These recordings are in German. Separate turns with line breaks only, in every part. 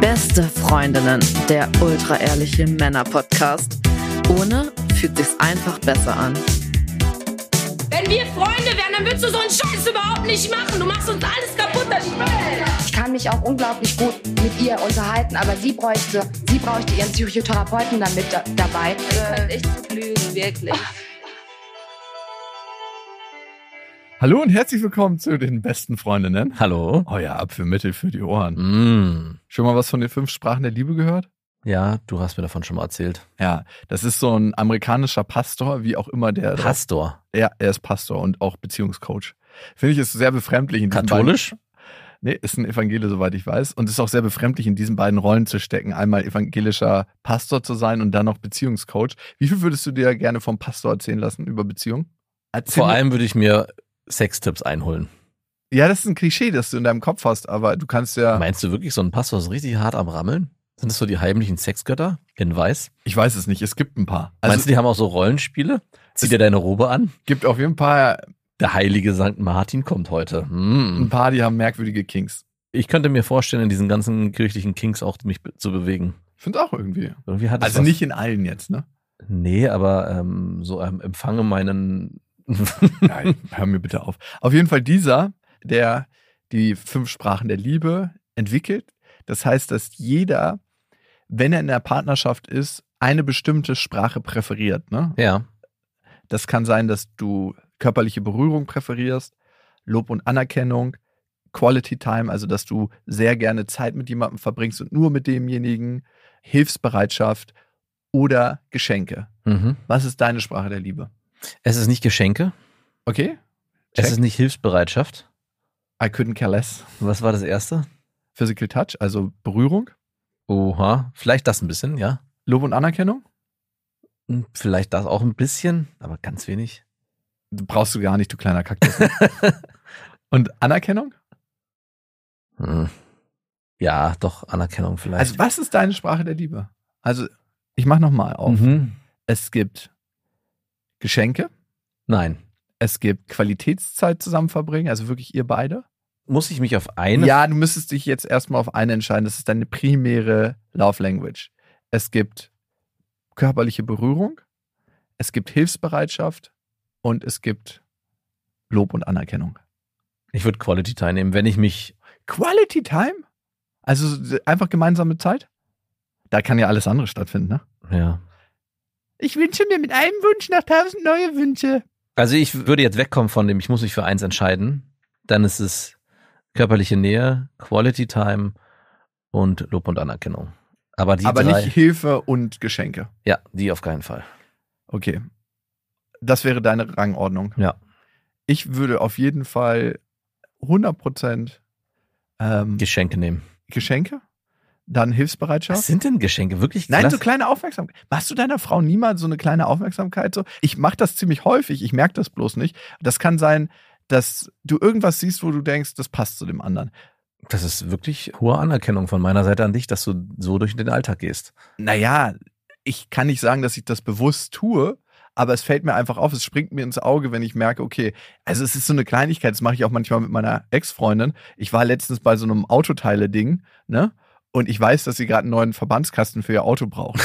Beste Freundinnen, der ultra-ehrliche Männer-Podcast. Ohne fühlt sich's einfach besser an.
Wenn wir Freunde wären, dann würdest du so einen Scheiß überhaupt nicht machen. Du machst uns alles kaputt, das Spiel.
Ich kann mich auch unglaublich gut mit ihr unterhalten, aber sie bräuchte, sie bräuchte ihren Psychotherapeuten dann mit da, dabei.
Echt gut lügen, wirklich.
Hallo und herzlich willkommen zu den besten Freundinnen. Oh
Hallo.
Euer Abführmittel für die Ohren.
Mm.
Schon mal was von den fünf Sprachen der Liebe gehört?
Ja, du hast mir davon schon mal erzählt.
Ja, das ist so ein amerikanischer Pastor, wie auch immer der.
Pastor.
Ja, er ist Pastor und auch Beziehungscoach. Finde ich ist sehr befremdlich. In diesen
Katholisch?
Beiden, nee, ist ein Evangele, soweit ich weiß. Und ist auch sehr befremdlich, in diesen beiden Rollen zu stecken. Einmal evangelischer Pastor zu sein und dann noch Beziehungscoach. Wie viel würdest du dir gerne vom Pastor erzählen lassen über Beziehung? Erzähl
Vor
mir-
allem würde ich mir Sextipps einholen.
Ja, das ist ein Klischee, das du in deinem Kopf hast, aber du kannst ja.
Meinst du wirklich, so ein Pastor ist richtig hart am Rammeln? Sind das so die heimlichen Sexgötter in Weiß?
ich weiß es nicht, es gibt ein paar. Also
Meinst du, die haben auch so Rollenspiele? Zieh dir deine Robe an.
gibt auf jeden Fall
Der heilige Sankt Martin kommt heute. Mm.
ein paar, die haben merkwürdige Kings.
Ich könnte mir vorstellen, in diesen ganzen kirchlichen Kings auch mich be- zu bewegen.
Ich finde auch irgendwie.
Irgendwie hat es
Also
was.
nicht in allen jetzt, ne?
Nee, aber ähm, so ähm, empfange meinen.
Nein, hör mir bitte auf. Auf jeden Fall dieser, der die fünf Sprachen der Liebe entwickelt. Das heißt, dass jeder, wenn er in der Partnerschaft ist, eine bestimmte Sprache präferiert. Ne?
ja.
Das kann sein, dass du körperliche Berührung präferierst, Lob und Anerkennung, Quality Time, also dass du sehr gerne Zeit mit jemandem verbringst und nur mit demjenigen, Hilfsbereitschaft oder Geschenke.
Mhm.
Was ist deine Sprache der Liebe?
Es ist nicht Geschenke.
Okay?
Es
Check.
ist nicht Hilfsbereitschaft.
I couldn't care less.
Was war das erste?
Physical Touch, also Berührung,
Oha, vielleicht das ein bisschen, ja.
Lob und Anerkennung,
Hm, Vielleicht das auch ein bisschen, aber ganz wenig.
brauchst du gar nicht, du kleiner Kaktus. und Anerkennung?
Hm. Ja, doch, Anerkennung vielleicht.
Also was ist deine Sprache der Liebe? Also ich mach nochmal auf.
Mhm.
Es gibt Geschenke,
Nein.
Es gibt Qualitätszeit zusammen verbringen, also wirklich ihr beide.
Muss ich mich auf eine?
Ja, du müsstest dich jetzt erstmal auf eine entscheiden. Das ist deine primäre Love Language. Es gibt körperliche Berührung, es gibt Hilfsbereitschaft und es gibt Lob und Anerkennung.
Ich würde Quality teilnehmen, wenn ich mich.
Quality Time? Also einfach gemeinsame Zeit? Da kann ja alles andere stattfinden, ne?
Ja.
Ich wünsche mir mit einem Wunsch nach tausend neue Wünsche.
Also ich würde jetzt wegkommen von dem, ich muss mich für eins entscheiden. Dann ist es körperliche Nähe, Quality Time und Lob und Anerkennung. Aber die
Aber
drei,
nicht Hilfe und Geschenke.
ja, die auf keinen Fall.
Okay. Das wäre deine Rangordnung.
Ja.
Ich würde auf jeden Fall 100% ähm,
Geschenke nehmen.
Geschenke, dann
Was
Hilfsbereitschaft.
sind denn Geschenke? Wirklich?
Nein, so
Klasse-
kleine Aufmerksamkeit. Machst du deiner Frau niemals so eine kleine Aufmerksamkeit? So? Ich mache das ziemlich häufig, ich merke das bloß nicht. Das kann sein, dass du irgendwas siehst, wo du denkst, das passt zu dem anderen.
Das ist wirklich hohe Anerkennung von meiner Seite an dich, dass du so durch den Alltag gehst.
Naja, ich kann nicht sagen, dass ich das bewusst tue, aber es fällt mir einfach auf, es springt mir ins Auge, wenn ich merke, okay, also es ist so eine Kleinigkeit, das mache ich auch manchmal mit meiner Ex-Freundin. Ich war letztens bei so einem Autoteile-Ding, ne? Und ich weiß, dass sie gerade einen neuen Verbandskasten für ihr Auto braucht.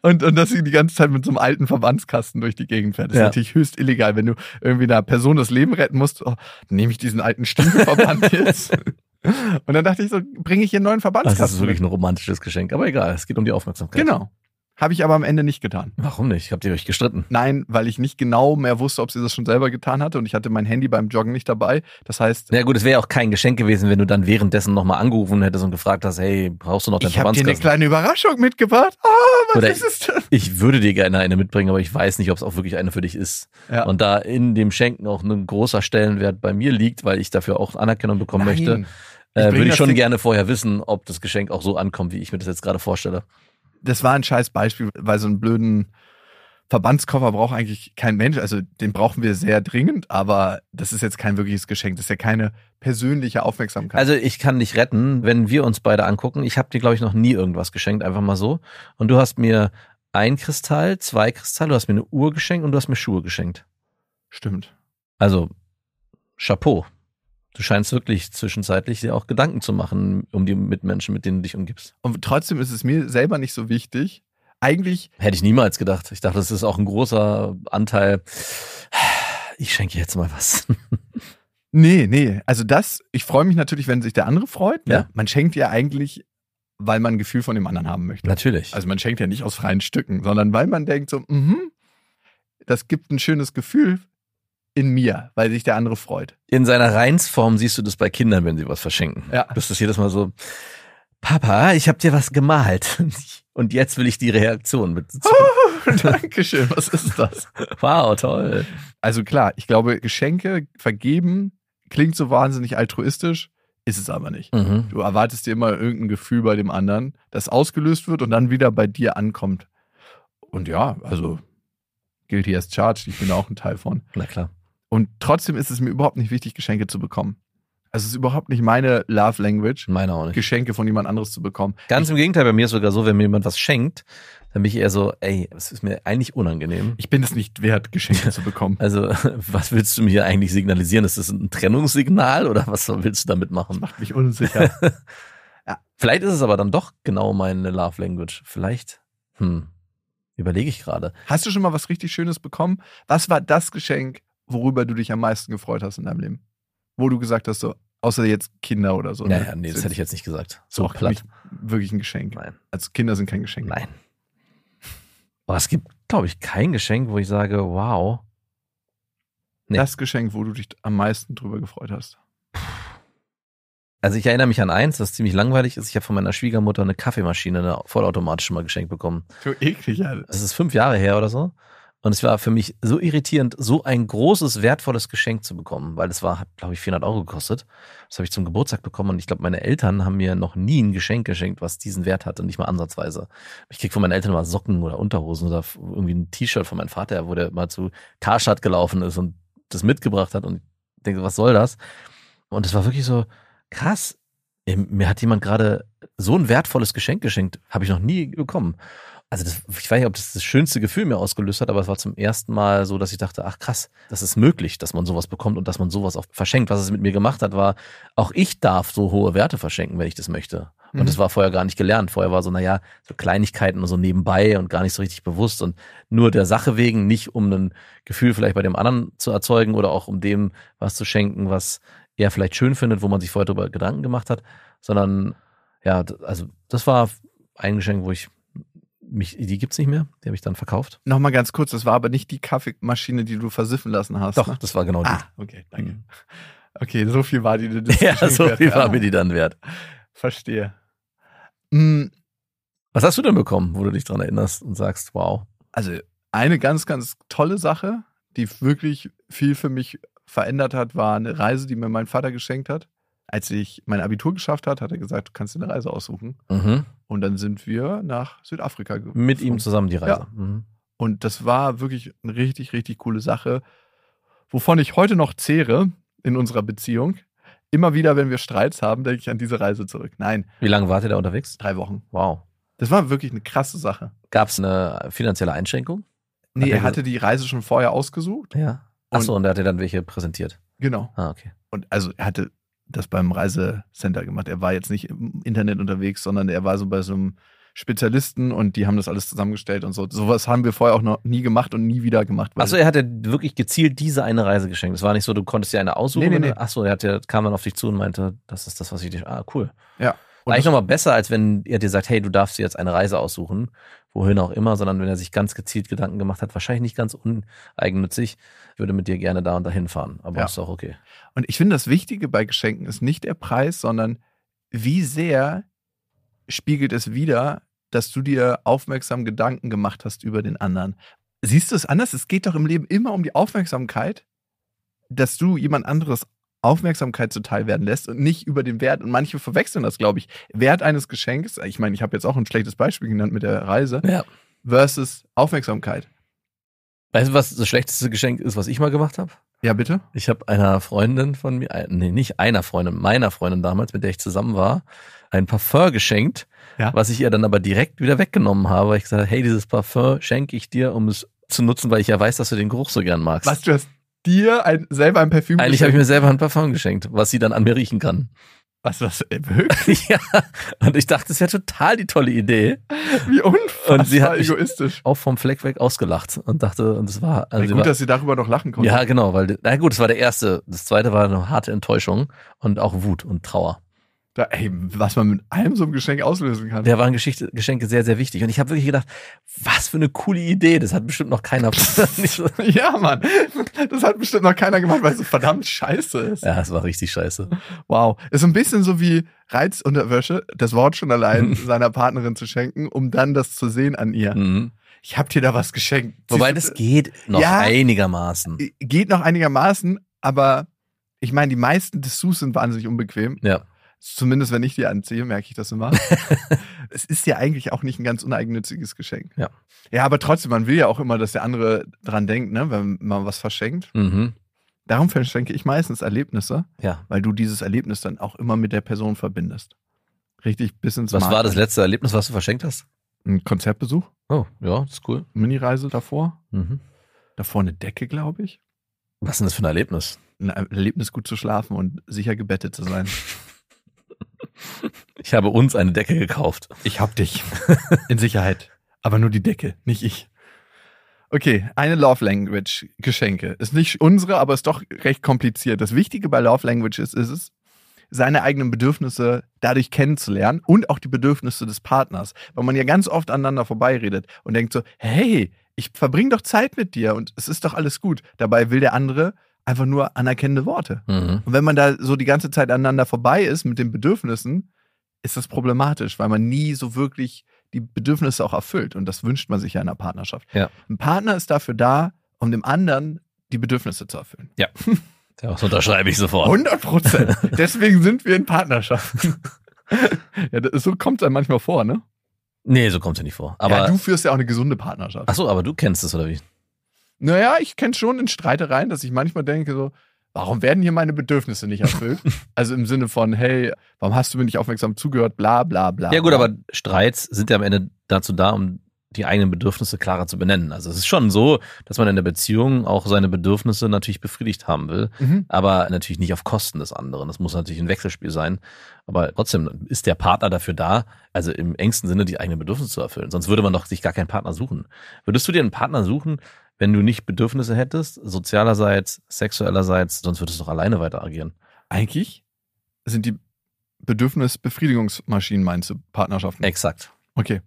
und, und dass sie die ganze Zeit mit so einem alten Verbandskasten durch die Gegend fährt. Das
Ja.
ist natürlich höchst illegal, wenn du irgendwie einer Person das Leben retten musst. Oh, nehme ich diesen alten Stinkeverband jetzt? Und dann dachte ich so, bringe ich ihr einen neuen
Das,
Verbandskasten.
Also, ist wirklich ein romantisches Geschenk, aber egal, es geht um die Aufmerksamkeit.
Genau. Habe ich aber am Ende nicht getan.
Warum nicht? Habt ihr euch gestritten?
Nein, weil ich nicht genau mehr wusste, ob sie das schon selber getan hatte und ich hatte mein Handy beim Joggen nicht dabei. Das heißt,
Na gut, es wäre ja auch kein Geschenk gewesen, wenn du dann währenddessen nochmal angerufen hättest und gefragt hast, hey, brauchst du noch deinen
ich habe dir eine
Verbandskasten?
kleine Überraschung mitgebracht. Ah, was
Oder-
ist es denn?
Ich würde dir gerne eine mitbringen, aber ich weiß nicht, ob es auch wirklich eine für dich ist.
Ja.
Und da in dem Schenken auch ein großer Stellenwert bei mir liegt, weil ich dafür auch Anerkennung bekommen möchte,
Nein. Ich
äh,
bring
würde ich
das
schon
Ding-
gerne vorher wissen, ob das Geschenk auch so ankommt, wie ich mir das jetzt gerade vorstelle.
Das war ein scheiß Beispiel, weil so einen blöden Verbandskoffer braucht eigentlich kein Mensch. Also den brauchen wir sehr dringend, aber das ist jetzt kein wirkliches Geschenk. Das ist ja keine persönliche Aufmerksamkeit.
Also ich kann dich retten, wenn wir uns beide angucken. Ich habe dir, glaube ich, noch nie irgendwas geschenkt, einfach mal so. Und du hast mir ein Kristall, zwei Kristalle, du hast mir eine Uhr geschenkt und du hast mir Schuhe geschenkt.
Stimmt.
Also Chapeau. Du scheinst wirklich zwischenzeitlich dir auch Gedanken zu machen um die Mitmenschen, mit denen du dich umgibst.
Und trotzdem ist es mir selber nicht so wichtig. Eigentlich,
Hätte ich niemals gedacht. Ich dachte, das ist auch ein großer Anteil. Ich schenke jetzt mal was.
nee, nee. Also das, ich freue mich natürlich, wenn sich der andere freut. Ne?
Ja.
Man schenkt ja eigentlich, weil man ein Gefühl von dem anderen haben möchte.
Natürlich.
Also man schenkt ja nicht aus freien Stücken, sondern weil man denkt so, mhm, das gibt ein schönes Gefühl in mir, weil sich der andere freut.
In seiner Reinsform siehst du das bei Kindern, wenn sie was verschenken.
Ja.
Das ist jedes Mal so, Papa, ich habe dir was gemalt. Und jetzt will ich die Reaktion mit.
Dankeschön, was ist das?
Wow, toll.
Also klar, ich glaube, Geschenke vergeben klingt so wahnsinnig altruistisch, ist es aber nicht.
Mhm.
Du erwartest dir immer irgendein Gefühl bei dem anderen, das ausgelöst wird und dann wieder bei dir ankommt. Und ja, also guilty as charged, ich bin da auch ein Teil von.
Na klar.
Und trotzdem ist es mir überhaupt nicht wichtig, Geschenke zu bekommen. Also es ist überhaupt nicht meine Love Language,
Meiner auch nicht.
Geschenke von jemand anderes zu bekommen.
Ganz im Gegenteil, bei mir ist sogar so, wenn mir jemand was schenkt, dann bin ich eher so, ey, es ist mir eigentlich unangenehm.
Ich bin es nicht wert, Geschenke zu bekommen.
Also, was willst du mir hier eigentlich signalisieren? Ist das ein Trennungssignal oder was willst du damit
Das
machen?
macht mich unsicher.
Vielleicht ist es aber dann doch genau meine Love Language. Vielleicht, hm, überlege ich gerade.
Hast du schon mal was richtig Schönes bekommen? Was war das Geschenk, worüber du dich am meisten gefreut hast in deinem Leben? Wo du gesagt hast, so, außer jetzt Kinder oder so. ne?
Naja, nee, das hätte ich jetzt nicht gesagt. So
so
platt.
Wirklich ein Geschenk.
Nein,
Also Kinder sind kein Geschenk.
nein. Aber es gibt, glaube ich, kein Geschenk, wo ich sage, wow. Nee.
Das Geschenk, wo du dich am meisten drüber gefreut hast.
Also ich erinnere mich an eins, das ziemlich langweilig ist. Ich habe von meiner Schwiegermutter eine Kaffeemaschine, eine vollautomatische mal geschenkt bekommen.
So eklig, Alter.
es ist fünf Jahre her oder so. Und es war für mich so irritierend, so ein großes, wertvolles Geschenk zu bekommen, weil es war, hat, glaube ich, 400 Euro gekostet. Das habe ich zum Geburtstag bekommen und ich glaube, meine Eltern haben mir noch nie ein Geschenk geschenkt, was diesen Wert hatte, nicht mal ansatzweise. Ich krieg von meinen Eltern mal Socken oder Unterhosen oder f- irgendwie ein T-Shirt von meinem Vater, wo der mal zu Karstadt gelaufen ist und das mitgebracht hat und ich denke, was soll das? Und es war wirklich so krass. Ey, Mir hat jemand gerade so ein wertvolles Geschenk geschenkt, habe ich noch nie bekommen also das, ich weiß nicht, ob das das schönste Gefühl mir ausgelöst hat, aber es war zum ersten Mal so, dass ich dachte, ach krass, das ist möglich, dass man sowas bekommt und dass man sowas auch verschenkt. Was es mit mir gemacht hat, war, auch ich darf so hohe Werte verschenken, wenn ich das möchte. Und
Mhm.
das war vorher gar nicht gelernt. Vorher war so, naja, so Kleinigkeiten und so nebenbei und gar nicht so richtig bewusst und nur der Sache wegen, nicht um ein Gefühl vielleicht bei dem anderen zu erzeugen oder auch um dem was zu schenken, was er vielleicht schön findet, wo man sich vorher darüber Gedanken gemacht hat, sondern ja, d- also das war ein Geschenk, wo ich mich, die gibt's nicht mehr, die habe ich dann verkauft.
Nochmal ganz kurz, das war aber nicht die Kaffeemaschine, die du versiffen lassen hast. Ne?
das war genau die.
Ah, okay, danke.
Mhm.
Okay, so viel war die. die- die-
ja, so
wert,
viel
ja.
war mir die dann wert.
Verstehe. Mm,
Was hast du denn bekommen, wo du dich dran erinnerst und sagst, wow,
Also eine ganz, ganz tolle Sache, die wirklich viel für mich verändert hat, war eine Reise, die mir mein Vater geschenkt hat. Als ich mein Abitur geschafft hat, hat er gesagt, du kannst dir eine Reise aussuchen.
mhm.
Und dann sind wir nach Südafrika gefahren.
mit ihm zusammen die Reise.
Ja.
Mhm.
Und das war wirklich eine richtig, richtig coole Sache, wovon ich heute noch zehre in unserer Beziehung. Immer wieder, wenn wir Streits haben, denke ich an diese Reise zurück. Nein,
Wie lange wart ihr da unterwegs?
drei Wochen.
Wow.
Das war wirklich eine krasse Sache.
Gab's eine finanzielle Einschränkung?
Nee,
er
er hatte die Reise schon vorher ausgesucht.
Ja. Achso, und da hat er dann welche präsentiert.
Genau.
Ah, okay.
und also er hatte das beim Reisecenter gemacht. Er war jetzt nicht im Internet unterwegs, sondern er war so bei so einem Spezialisten und die haben das alles zusammengestellt und so. Sowas haben wir vorher auch noch nie gemacht und nie wieder gemacht. weil-
Achso, er hat dir wirklich gezielt diese eine Reise geschenkt. Es war nicht so, du konntest dir eine aussuchen.
Nee, nee, nee.
Achso, er hat dir, kam dann auf dich zu und meinte, das ist das, was ich dir. Ah, cool.
ja.
Und Eigentlich nochmal besser, als wenn er dir sagt, hey, du darfst dir jetzt eine Reise aussuchen, wohin auch immer, sondern wenn er sich ganz gezielt Gedanken gemacht hat, wahrscheinlich nicht ganz uneigennützig, ich würde mit dir gerne da und dahin fahren. Aber
Ja.
ist auch okay.
Und ich finde, das Wichtige bei Geschenken ist nicht der Preis, sondern wie sehr spiegelt es wieder, dass du dir aufmerksam Gedanken gemacht hast über den anderen. Siehst du es anders? Es geht doch im Leben immer um die Aufmerksamkeit, dass du jemand anderes Aufmerksamkeit zuteil werden lässt und nicht über den Wert. Und manche verwechseln das, glaube ich. Wert eines Geschenks, ich meine, ich habe jetzt auch ein schlechtes Beispiel genannt mit der Reise,
Ja.
versus Aufmerksamkeit.
Weißt du, was das schlechteste Geschenk ist, was ich mal gemacht habe?
Ja, bitte?
Ich habe einer Freundin von mir, äh, nee, nicht einer Freundin, meiner Freundin damals, mit der ich zusammen war, ein Parfum geschenkt,
Ja.
was ich ihr dann aber direkt wieder weggenommen habe. weil Ich gesagt, habe, hey, dieses Parfum schenke ich dir, um es zu nutzen, weil ich ja weiß, dass du den Geruch so gern magst.
Was, du hast dir ein, selber ein Parfüm
Eigentlich habe ich mir selber ein Parfum geschenkt, was sie dann an mir riechen kann.
Was, was, äh, wirklich?
ja, und ich dachte, das wäre total die tolle Idee.
Wie unfassbar
Und sie hat mich-
egoistisch.
Auch vom Fleck weg ausgelacht und dachte, und es war.
Ja,
Also sie
gut,
war
dass sie darüber noch lachen konnte.
ja, genau, weil, na gut, das war der erste. Das zweite war eine harte Enttäuschung und auch Wut und Trauer.
Da, ey, was man mit einem so einem Geschenk auslösen kann.
Da waren Geschichte, Geschenke sehr, sehr wichtig. Und ich habe wirklich gedacht, was für eine coole Idee. Das hat bestimmt noch keiner. nicht so-
Ja, Mann. Das hat bestimmt noch keiner gemacht, weil es so verdammt scheiße ist.
ja, das war richtig scheiße.
Wow. Ist so ein bisschen so wie Reizunterwäsche, das Wort schon allein seiner Partnerin zu schenken, um dann das zu sehen an ihr.
Mhm.
Ich hab dir da was geschenkt.
Wobei
Siehst
das
du,
geht noch
Ja.
einigermaßen.
Äh, geht noch einigermaßen, aber ich meine, die meisten Dessous sind wahnsinnig unbequem.
Ja.
Zumindest wenn ich die anziehe, merke ich das immer. es ist ja eigentlich auch nicht ein ganz uneigennütziges Geschenk.
Ja.
Ja, aber trotzdem, man will ja auch immer, dass der andere dran denkt, ne, wenn man was verschenkt.
Mhm.
Darum verschenke ich meistens Erlebnisse,
Ja.
weil du dieses Erlebnis dann auch immer mit der Person verbindest. Richtig bis ins
Was
Mark.
war das letzte Erlebnis, was du verschenkt hast?
Ein Konzertbesuch,
Oh, ja, das ist cool.
Mini-Reise davor,
Mhm.
davor eine Decke, glaube ich.
Was ist denn das für ein Erlebnis?
Ein Erlebnis, gut zu schlafen und sicher gebettet zu sein.
Ich habe uns eine Decke gekauft.
Ich hab dich. In Sicherheit. Aber nur die Decke, nicht ich. Okay, eine Love Language Geschenke. Ist nicht unsere, aber ist doch recht kompliziert. Das Wichtige bei Love Languages ist es, seine eigenen Bedürfnisse dadurch kennenzulernen und auch die Bedürfnisse des Partners. Weil man ja ganz oft aneinander vorbeiredet und denkt so, hey, ich verbringe doch Zeit mit dir und es ist doch alles gut. Dabei will der andere einfach nur anerkennende Worte.
Mhm.
Und wenn man da so die ganze Zeit aneinander vorbei ist mit den Bedürfnissen, ist das problematisch, weil man nie so wirklich die Bedürfnisse auch erfüllt. Und das wünscht man sich ja in einer Partnerschaft.
Ja.
Ein Partner ist dafür da, um dem anderen die Bedürfnisse zu erfüllen.
Ja, das unterschreibe ich sofort.
100 Prozent. Deswegen sind wir in Partnerschaft. ja, das, so kommt es einem manchmal vor, ne?
Nee, so kommt's ja nicht vor. Aber,
ja, du führst ja auch eine gesunde Partnerschaft.
ach so, aber du kennst es, oder wie?
Naja, ich kenne schon in Streitereien, dass ich manchmal denke so, warum werden hier meine Bedürfnisse nicht erfüllt? also im Sinne von, hey, warum hast du mir nicht aufmerksam zugehört, bla bla bla.
Ja, gut,
bla.
aber Streits sind ja am Ende dazu da, um die eigenen Bedürfnisse klarer zu benennen. Also es ist schon so, dass man in der Beziehung auch seine Bedürfnisse natürlich befriedigt haben will,
Mhm.
aber natürlich nicht auf Kosten des anderen. Das muss natürlich ein Wechselspiel sein. Aber trotzdem ist der Partner dafür da, also im engsten Sinne die eigenen Bedürfnisse zu erfüllen. Sonst würde man doch sich gar keinen Partner suchen. Würdest du dir einen Partner suchen, wenn du nicht Bedürfnisse hättest, sozialerseits, sexuellerseits, sonst würdest du doch alleine weiter agieren.
Eigentlich sind die Bedürfnisbefriedigungsmaschinen, meinst du, Partnerschaften?
Exakt.
Okay.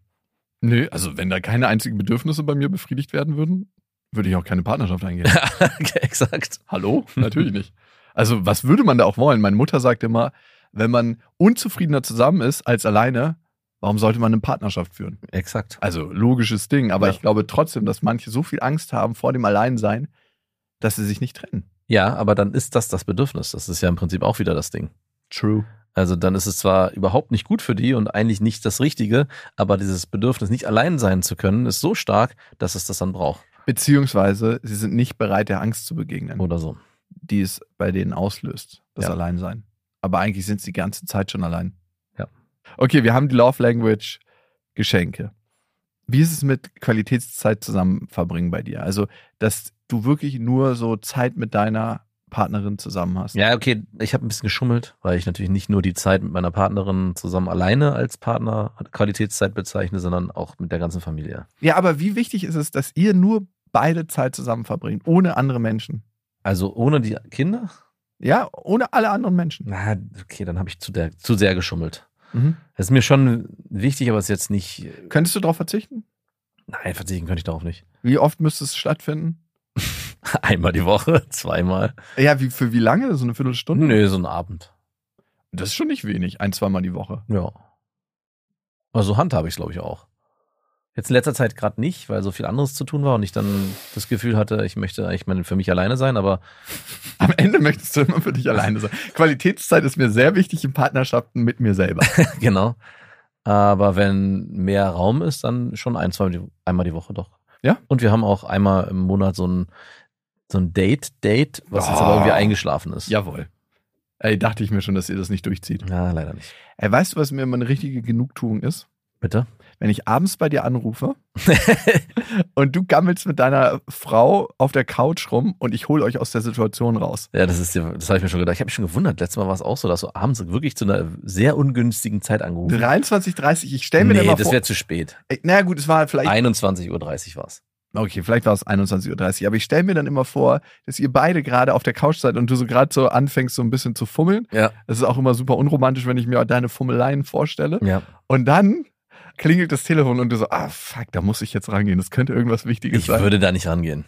Nö, also wenn da keine einzigen Bedürfnisse bei mir befriedigt werden würden, würde ich auch keine Partnerschaft eingehen.
Exakt.
Hallo? Natürlich nicht. Also, was würde man da auch wollen? Meine Mutter sagt immer, wenn man unzufriedener zusammen ist als alleine, warum sollte man eine Partnerschaft führen?
Exakt.
Also, logisches Ding, aber
Ja.
ich glaube trotzdem, dass manche so viel Angst haben vor dem Alleinsein, dass sie sich nicht trennen.
Ja, aber dann ist das das Bedürfnis. Das ist ja im Prinzip auch wieder das Ding.
True.
Also dann ist es zwar überhaupt nicht gut für die und eigentlich nicht das Richtige, aber dieses Bedürfnis, nicht allein sein zu können, ist so stark, dass es das dann braucht.
Beziehungsweise, sie sind nicht bereit, der Angst zu begegnen,
Oder so.
die es bei denen auslöst, das
Ja.
Alleinsein. Aber eigentlich sind sie die ganze Zeit schon allein.
Ja.
Okay, wir haben die Love Language Geschenke. Wie ist es mit Qualitätszeit zusammen verbringen bei dir? Also, dass du wirklich nur so Zeit mit deiner Partnerin zusammen hast.
Ja, okay, ich habe ein bisschen geschummelt, weil ich natürlich nicht nur die Zeit mit meiner Partnerin zusammen alleine als Partner Qualitätszeit bezeichne, sondern auch mit der ganzen Familie.
ja, aber wie wichtig ist es, dass ihr nur beide Zeit zusammen verbringt, ohne andere Menschen?
Also ohne die Kinder?
Ja, ohne alle anderen Menschen.
Na, okay, dann habe ich zu, der, zu sehr geschummelt.
Mhm.
Das ist mir schon wichtig, aber es ist jetzt nicht.
Könntest du darauf verzichten?
Nein, verzichten könnte ich darauf nicht.
Wie oft müsste es stattfinden?
Einmal die Woche, zweimal.
Ja, wie, für wie lange? So eine Viertelstunde?
Nö, so ein Abend.
Das ist schon nicht wenig, ein, zweimal die Woche.
Ja. Aber so handhabe ich es, glaube ich, auch. Jetzt in letzter Zeit gerade nicht, weil so viel anderes zu tun war und ich dann das Gefühl hatte, ich möchte eigentlich mal für mich alleine sein, aber
Am Ende möchtest du immer für dich alleine sein. Qualitätszeit ist mir sehr wichtig in Partnerschaften mit mir selber.
genau. Aber wenn mehr Raum ist, dann schon ein, zwei, die- einmal die Woche doch.
Ja?
Und wir haben auch einmal im Monat so ein, so ein Date-Date, was jetzt
Oh.
aber irgendwie eingeschlafen ist.
Jawohl. Ey, dachte ich mir schon, dass ihr das nicht durchzieht.
Ja, leider nicht.
Ey, weißt du, was mir immer eine richtige Genugtuung ist?
Bitte?
wenn ich abends bei dir anrufe und du gammelst mit deiner Frau auf der Couch rum und ich hole euch aus der Situation raus.
Ja, das ist ja- das habe ich mir schon gedacht. Ich habe mich schon gewundert. Letztes Mal war es auch so, dass du abends wirklich zu einer sehr ungünstigen Zeit angerufen
23, 30, ich stelle mir
Nee,
dann mal
das
vor.
wäre zu spät.
Ey, Na naja, gut, es war vielleicht
21.30 Uhr war es.
Okay, vielleicht war es 21.30 Uhr, aber ich stelle mir dann immer vor, dass ihr beide gerade auf der Couch seid und du so gerade so anfängst, so ein bisschen zu fummeln.
Ja.
Das ist auch immer super unromantisch, wenn ich mir deine Fummeleien vorstelle.
Ja.
Und dann klingelt das Telefon und du so, ah, fuck, da muss ich jetzt rangehen. Das könnte irgendwas Wichtiges
Ich
sein.
würde da nicht rangehen.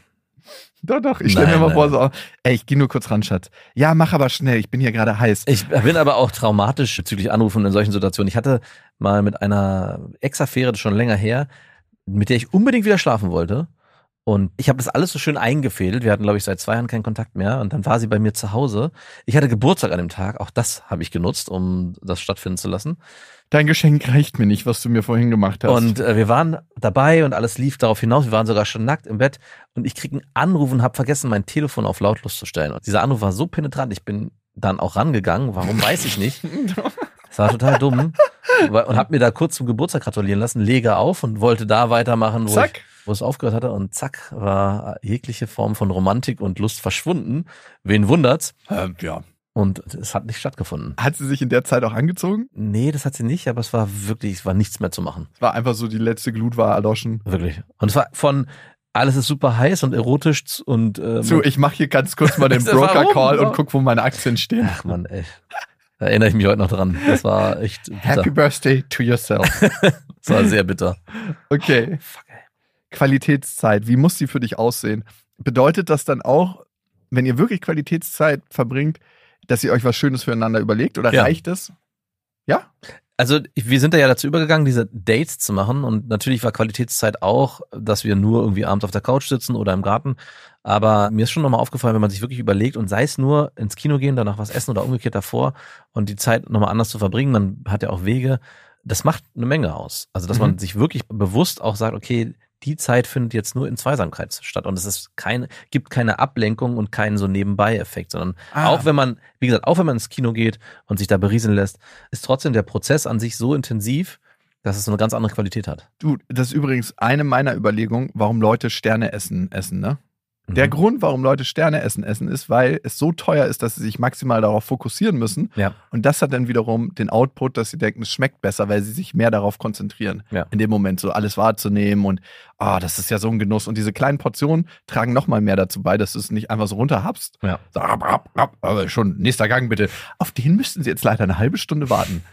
doch, doch, ich stelle mir
Nein,
immer
nein.
vor, so, ey, ich gehe nur kurz ran, Schatz. Ja, mach aber schnell, ich bin hier gerade heiß.
Ich bin aber auch traumatisch bezüglich Anrufen in solchen Situationen. Ich hatte mal mit einer Ex-Affäre das ist schon länger her, mit der ich unbedingt wieder schlafen wollte. Und ich habe das alles so schön eingefädelt. Wir hatten, glaube ich, seit zwei Jahren keinen Kontakt mehr. Und dann war sie bei mir zu Hause. Ich hatte Geburtstag an dem Tag. Auch das habe ich genutzt, um das stattfinden zu lassen.
Dein Geschenk reicht mir nicht, was du mir vorhin gemacht hast.
Und äh, wir waren dabei und alles lief darauf hinaus. Wir waren sogar schon nackt im Bett und ich krieg einen Anruf und habe vergessen, mein Telefon auf lautlos zu stellen. Und dieser Anruf war so penetrant, ich bin dann auch rangegangen. Warum weiß ich nicht. Das war total dumm. Weil- Und habe mir da kurz zum Geburtstag gratulieren lassen, lege auf und wollte da weitermachen, wo, ich,
zack.
wo es aufgehört hatte. Und zack, war jegliche Form von Romantik und Lust verschwunden. Wen wundert's?
Ähm, ja.
Und es hat nicht stattgefunden.
Hat sie sich in der Zeit auch angezogen?
Nee, das hat sie nicht, aber es war wirklich, es war nichts mehr zu machen.
Es war einfach so, die letzte Glut war erloschen.
Wirklich. Und es war von alles ist super heiß und erotisch z- und ähm,
So, ich mache hier ganz kurz mal den
Das war oben,
Broker-Call
ja.
und guck, wo meine Aktien stehen.
ach man, ey. Da erinnere ich mich heute noch dran. Das war echt bitter.
Happy Birthday to yourself.
Das war sehr bitter.
Okay.
Fuck, ey.
Qualitätszeit, wie muss die für dich aussehen? Bedeutet das dann auch, wenn ihr wirklich Qualitätszeit verbringt, dass ihr euch was Schönes füreinander überlegt oder
Ja.
reicht es?
Also ich- wir sind da ja dazu übergegangen, diese Dates zu machen und natürlich war Qualitätszeit auch, dass wir nur irgendwie abends auf der Couch sitzen oder im Garten. Aber mir ist schon nochmal aufgefallen, wenn man sich wirklich überlegt und sei es nur ins Kino gehen, danach was essen oder umgekehrt davor und die Zeit nochmal anders zu verbringen, man hat ja auch Wege, das macht eine Menge aus. Also dass man
Mhm.
sich wirklich bewusst auch sagt, okay, die Zeit findet jetzt nur in Zweisamkeit statt und es ist keine, gibt keine Ablenkung und keinen so Nebenbei-Effekt, sondern
Ah.
auch wenn man, wie gesagt, auch wenn man ins Kino geht und sich da berieseln lässt, ist trotzdem der Prozess an sich so intensiv, dass es so eine ganz andere Qualität hat.
Du, das ist übrigens eine meiner Überlegungen, warum Leute Sterne essen, essen, ne? Der
Mhm.
Grund, warum Leute Sterne essen, essen, ist, weil es so teuer ist, dass sie sich maximal darauf fokussieren müssen.
Ja.
Und das hat dann wiederum den Output, dass sie denken, es schmeckt besser, weil sie sich mehr darauf konzentrieren.
Ja.
In dem Moment so alles wahrzunehmen und, ah, das ist ja so ein Genuss. Und diese kleinen Portionen tragen nochmal mehr dazu bei, dass du es nicht einfach so runterhapst.
Ja.
So, ab, ab, ab, aber schon, nächster Gang bitte. Auf den müssten sie jetzt leider eine halbe Stunde warten.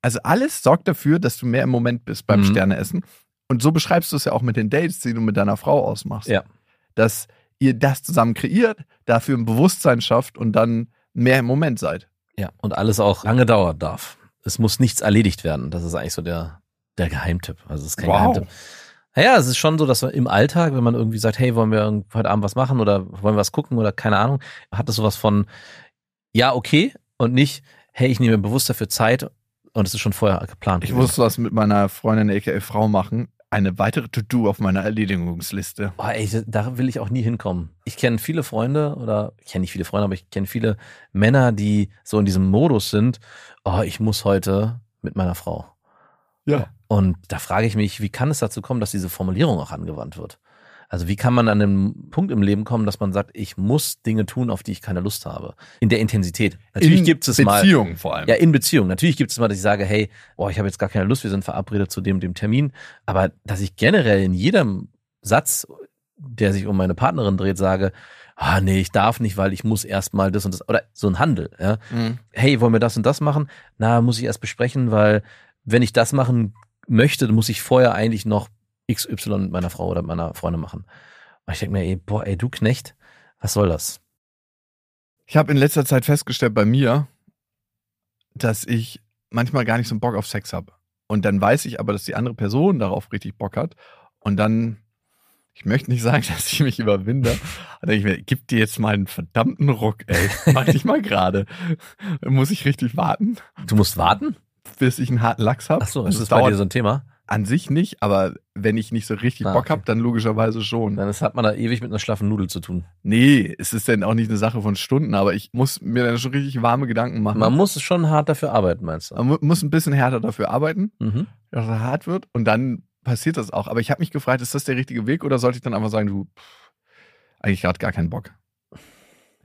Also alles sorgt dafür, dass du mehr im Moment bist beim
Mhm.
Sterneessen. Und so beschreibst du es ja auch mit den Dates, die du mit deiner Frau ausmachst.
Ja.
Dass ihr das zusammen kreiert, dafür ein Bewusstsein schafft und dann mehr im Moment seid.
Ja, und alles auch lange dauern darf. Es muss nichts erledigt werden. Das ist eigentlich so der, der Geheimtipp. Also es ist kein
Wow.
Geheimtipp. Naja, es ist schon so, dass man im Alltag, wenn man irgendwie sagt, hey, wollen wir irgend- heute Abend was machen oder wollen wir was gucken oder keine Ahnung, hat es sowas von, ja, okay und nicht, hey, ich nehme mir bewusst dafür Zeit und es ist schon vorher geplant.
Ich
gewesen.
muss was mit meiner Freundin, aka Frau, machen. Eine weitere To-Do auf meiner Erledigungsliste.
Oh, ey, da- da will ich auch nie hinkommen. Ich kenne viele Freunde oder ich kenne nicht viele Freunde, aber ich kenne viele Männer, die so in diesem Modus sind, oh, ich muss heute mit meiner Frau.
Ja.
Und da frage ich mich, wie kann es dazu kommen, dass diese Formulierung auch angewandt wird? Also wie kann man an einem Punkt im Leben kommen, dass man sagt, ich muss Dinge tun, auf die ich keine Lust habe? In der Intensität. Natürlich
In
gibt es mal.
Beziehungen vor allem.
Ja, in Beziehung. Natürlich gibt es mal, dass ich sage, hey, boah, ich habe jetzt gar keine Lust, wir sind verabredet zu dem und dem Termin. Aber dass ich generell in jedem Satz, der sich um meine Partnerin dreht, sage, ah, nee, ich darf nicht, weil ich muss erst mal das und das. Oder so ein Handel. Ja.
Mhm.
Hey, wollen wir das und das machen? Na, muss ich erst besprechen, weil wenn ich das machen möchte, dann muss ich vorher eigentlich noch XY mit meiner Frau oder meiner Freundin machen. Und ich denke mir, ey, boah, ey, du Knecht, was soll das?
Ich habe in letzter Zeit festgestellt bei mir, dass ich manchmal gar nicht so einen Bock auf Sex habe. Und dann weiß ich aber, dass die andere Person darauf richtig Bock hat. Und dann, ich möchte nicht sagen, dass ich mich überwinde. Dann denke ich mir, gib dir jetzt mal einen verdammten Ruck, ey. Mach dich mal gerade. Muss ich richtig warten,
Du musst warten?
bis ich einen harten Lachs habe?
Ach so, ist das bei dir so ein Thema?
An sich nicht, aber wenn ich nicht so richtig
Ah,
Bock
okay.
habe, dann logischerweise schon.
Dann ist- hat man da ewig mit einer schlaffen Nudel zu tun.
Nee, es ist denn auch nicht eine Sache von Stunden, aber ich muss mir dann schon richtig warme Gedanken machen.
Man muss schon hart dafür arbeiten, meinst du?
Man mu- muss ein bisschen härter dafür arbeiten,
Mhm.
dass es hart wird und dann passiert das auch. Aber ich habe mich gefragt, ist das der richtige Weg oder sollte ich dann einfach sagen, du, pff, eigentlich gerade gar keinen Bock.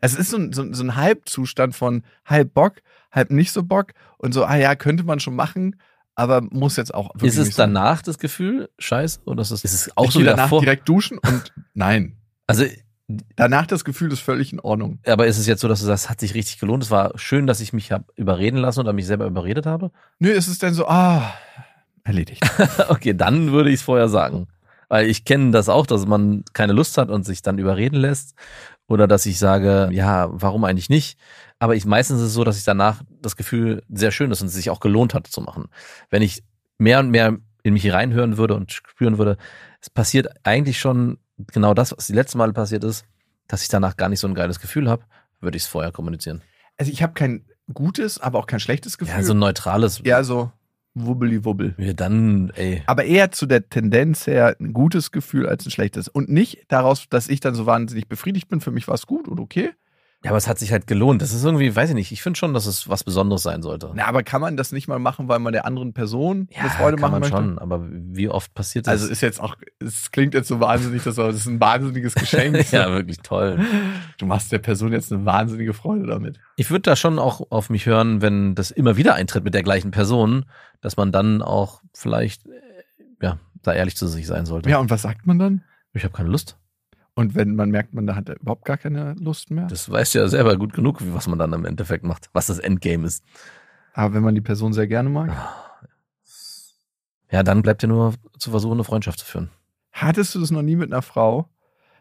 Es ist so ein, so, ein- so ein Halbzustand von halb Bock, halb nicht so Bock und so, ah ja, könnte man schon machen, aber muss jetzt auch wirklich
Ist es
nicht sein.
danach das Gefühl, scheiße, oder ist es, ist es auch
ich
so
gehe
wie
danach
davor?
direkt duschen und nein.
Also,
Danach das Gefühl ist völlig in Ordnung.
aber ist es jetzt so, dass du sagst, hat sich richtig gelohnt? Es war schön, dass ich mich hab überreden lassen oder mich selber überredet habe?
Nö, ist es denn so, ah, erledigt.
okay, dann würde ich es vorher sagen. Weil ich kenne das auch, dass man keine Lust hat und sich dann überreden lässt. Oder dass ich sage, ja, warum eigentlich nicht? Aber ich meistens ist es so, dass ich danach das Gefühl sehr schön ist und es sich auch gelohnt hat zu machen. Wenn ich mehr und mehr in mich reinhören würde und spüren würde, es passiert eigentlich schon genau das, was die letzten Male passiert ist, dass ich danach gar nicht so ein geiles Gefühl habe, würde ich es vorher kommunizieren.
Also ich habe kein gutes, aber auch kein schlechtes Gefühl.
Ja, so ein neutrales.
Ja, so wubbeli wubbel.
Ja, dann, ey.
Aber eher zu der Tendenz her ein gutes Gefühl als ein schlechtes. Und nicht daraus, dass ich dann so wahnsinnig befriedigt bin. Für mich war es gut und okay.
Ja, aber es hat sich halt gelohnt. Das ist irgendwie, weiß ich nicht, ich finde schon, dass es was Besonderes sein sollte.
Na, aber kann man das nicht mal machen, weil man der anderen Person
ja,
eine Freude
kann
machen
man
möchte?
schon, aber wie oft passiert das?
Also ist jetzt auch, es klingt jetzt so wahnsinnig, dass aber das ist ein wahnsinniges Geschenk.
ja, wirklich toll.
Du machst der Person jetzt eine wahnsinnige Freude damit.
Ich würde da schon auch auf mich hören, wenn das immer wieder eintritt mit der gleichen Person, dass man dann auch vielleicht, äh, ja, da ehrlich zu sich sein sollte.
Ja, und was sagt man dann?
Ich habe keine Lust.
Und wenn man merkt, man da hat er überhaupt gar keine Lust mehr.
Das weißt du ja selber gut genug, was man dann im Endeffekt macht, was das Endgame ist.
Aber wenn man die Person sehr gerne mag.
Ja, dann bleibt ja nur zu versuchen, eine Freundschaft zu führen.
Hattest du das noch nie mit einer Frau,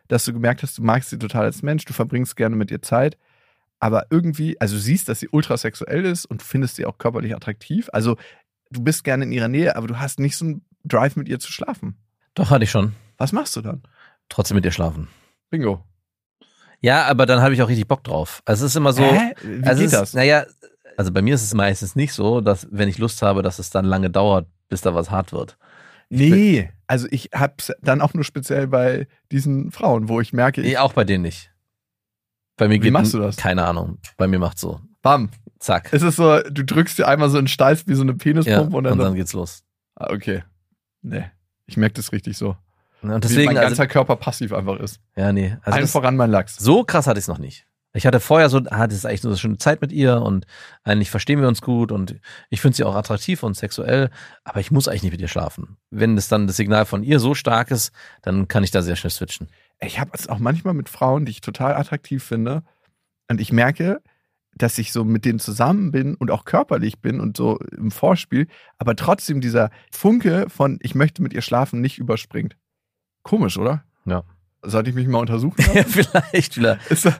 dass du gemerkt hast, du magst sie total als Mensch, du verbringst gerne mit ihr Zeit, aber irgendwie, also du siehst, dass sie ultrasexuell ist und findest sie auch körperlich attraktiv. Also du bist gerne in ihrer Nähe, aber du hast nicht so einen Drive mit ihr zu schlafen.
Doch, hatte ich schon.
Was machst du dann?
Trotzdem mit ihr schlafen.
Bingo.
Ja, aber dann habe ich auch richtig Bock drauf. Also es ist immer so.
Hä? Wie
also
geht
es,
das?
Naja, also bei mir ist es meistens nicht so, dass wenn ich Lust habe, dass es dann lange dauert, bis da was hart wird.
Nee, also ich hab's dann auch nur speziell bei diesen Frauen, wo ich merke, ich,
Nee, auch bei denen nicht. Bei mir
Wie
geht
machst du das?
Keine Ahnung. Bei mir macht so.
bam,
Zack.
es ist so, du drückst dir einmal so einen Steiß wie so eine
Ja,
Penispumpe
und
und dann,
dann geht's los.
ah, okay. Nee, ich merke das richtig so.
Ja, Und
wie mein
deswegen,
ganzer
also,
Körper passiv einfach ist.
ja, nee. Also
Allen
das,
voran mein Lachs.
so krass hatte ich es noch nicht. Ich hatte vorher so, ah, das ist eigentlich nur eine schöne Zeit mit ihr und eigentlich verstehen wir uns gut und ich finde sie auch attraktiv und sexuell, aber ich muss eigentlich nicht mit ihr schlafen. Wenn das dann das Signal von ihr so stark ist, dann kann ich da sehr schnell switchen.
Ich habe es auch manchmal mit Frauen, die ich total attraktiv finde. Und ich merke, dass ich so mit denen zusammen bin und auch körperlich bin und so im Vorspiel, aber trotzdem dieser Funke von ich möchte mit ihr schlafen nicht überspringt. Komisch, oder?
Ja.
Sollte ich mich mal untersuchen?
Ja,
lassen?
vielleicht wieder.
ist, da-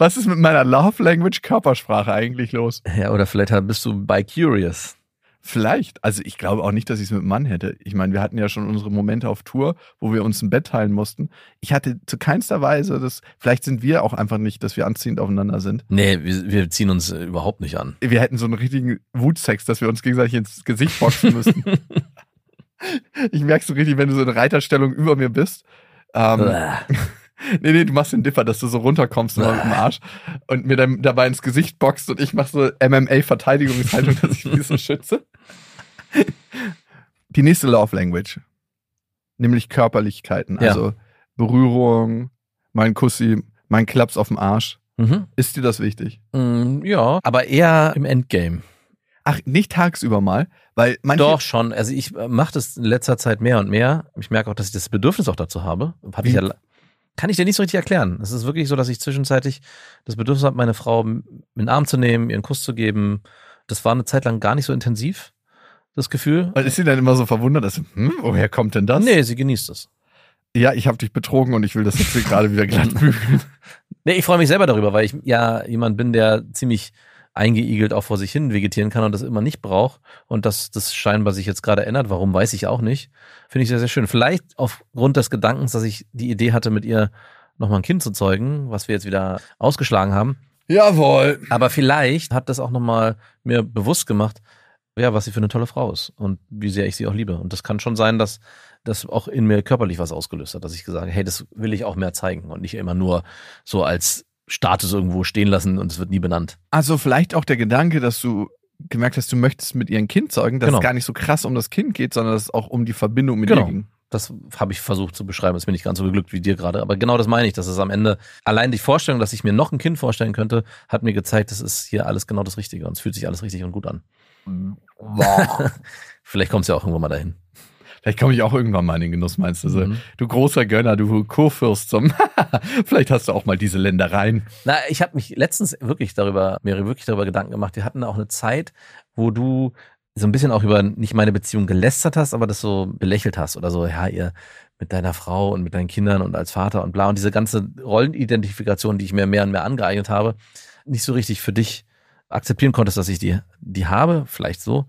was ist mit meiner Love Language Körpersprache eigentlich los?
Ja, oder vielleicht bist du bei Curious.
Vielleicht. Also ich glaube auch nicht, dass ich es mit einem Mann hätte. Ich meine, wir hatten ja schon unsere Momente auf Tour, wo wir uns ein Bett teilen mussten. Ich hatte zu keinster Weise das, vielleicht sind wir auch einfach nicht, dass wir anziehend aufeinander sind.
Nee, wir, wir ziehen uns äh, überhaupt nicht an.
Wir hätten so einen richtigen Wutsex, dass wir uns gegenseitig ins Gesicht boxen müssten. ich merke so richtig, wenn du so in Reiterstellung über mir bist. Ähm,
Bäh.
nee, nee, du machst den Dipper, dass du so runterkommst nochmal mit dem Arsch und mir dann dabei ins Gesicht boxt und ich mache so MMA-Verteidigungshaltung, dass ich mich so schütze. Die nächste Love Language, nämlich Körperlichkeiten,
Ja.
also Berührung, mein Kussi, mein Klaps auf dem Arsch.
mhm.
Ist dir das wichtig?
Mm, ja, aber eher im Endgame.
Ach, nicht tagsüber mal, weil manche.
Doch schon. Also ich mache das in letzter Zeit mehr und mehr. Ich merke auch, dass ich das Bedürfnis auch dazu habe. Hab ich
Wie?
ja, la- kann ich dir nicht so richtig erklären. Es ist wirklich so, dass ich zwischenzeitlich das Bedürfnis habe, meine Frau m- in den Arm zu nehmen, ihr einen Kuss zu geben. Das war eine Zeit lang gar nicht so intensiv, das Gefühl.
Weil ist sie dann immer so verwundert, dass, sie, hm, woher kommt denn das?
Nee, sie genießt es.
Ja, ich habe dich betrogen und ich will das jetzt hier gerade wieder glatt bügeln.
Nee, ich freue mich selber darüber, weil ich ja jemand bin, der ziemlich eingeigelt auch vor sich hin vegetieren kann und das immer nicht braucht. Und dass das scheinbar sich jetzt gerade ändert, warum weiß ich auch nicht. Finde ich sehr, sehr schön. Vielleicht aufgrund des Gedankens, dass ich die Idee hatte, mit ihr nochmal ein Kind zu zeugen, was wir jetzt wieder ausgeschlagen haben.
Jawohl.
Aber vielleicht hat das auch nochmal mir bewusst gemacht, ja, was sie für eine tolle Frau ist und wie sehr ich sie auch liebe. Und das kann schon sein, dass das auch in mir körperlich was ausgelöst hat, dass ich gesagt habe, hey, das will ich auch mehr zeigen und nicht immer nur so als Status irgendwo stehen lassen und es wird nie benannt.
Also vielleicht auch der Gedanke, dass du gemerkt hast, du möchtest mit ihrem Kind sorgen, dass
Genau.
es gar nicht so krass um das Kind geht, sondern dass es auch um die Verbindung mit
Genau.
ihr ging.
Das habe ich versucht zu beschreiben. Ist mir nicht ganz so geglückt wie dir gerade. Aber genau das meine ich, dass es am Ende allein die Vorstellung, dass ich mir noch ein Kind vorstellen könnte, hat mir gezeigt, das ist hier alles genau das Richtige und es fühlt sich alles richtig und gut an. Vielleicht kommt es ja auch irgendwann mal dahin.
Vielleicht komme ich auch irgendwann mal in den Genuss, meinst du? So,
Mhm.
Du großer Gönner, du Kurfürst. Zum vielleicht hast du auch mal diese Ländereien.
Na, ich habe mich letztens wirklich darüber, mir wirklich darüber Gedanken gemacht. Wir hatten auch eine Zeit, wo du so ein bisschen auch über nicht meine Beziehung gelästert hast, aber das so belächelt hast oder so, ja, ihr mit deiner Frau und mit deinen Kindern und als Vater und bla und diese ganze Rollenidentifikation, die ich mir mehr und mehr angeeignet habe, nicht so richtig für dich akzeptieren konntest, dass ich die, die habe, vielleicht so.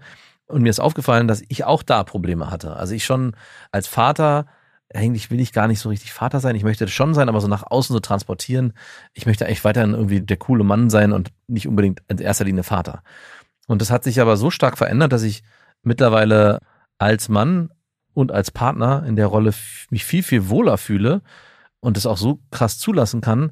Und mir ist aufgefallen, dass ich auch da Probleme hatte. Also ich schon als Vater, eigentlich will ich gar nicht so richtig Vater sein. Ich möchte das schon sein, aber so nach außen so transportieren. Ich möchte eigentlich weiterhin irgendwie der coole Mann sein und nicht unbedingt in erster Linie Vater. Und das hat sich aber so stark verändert, dass ich mittlerweile als Mann und als Partner in der Rolle f- mich viel, viel wohler fühle und das auch so krass zulassen kann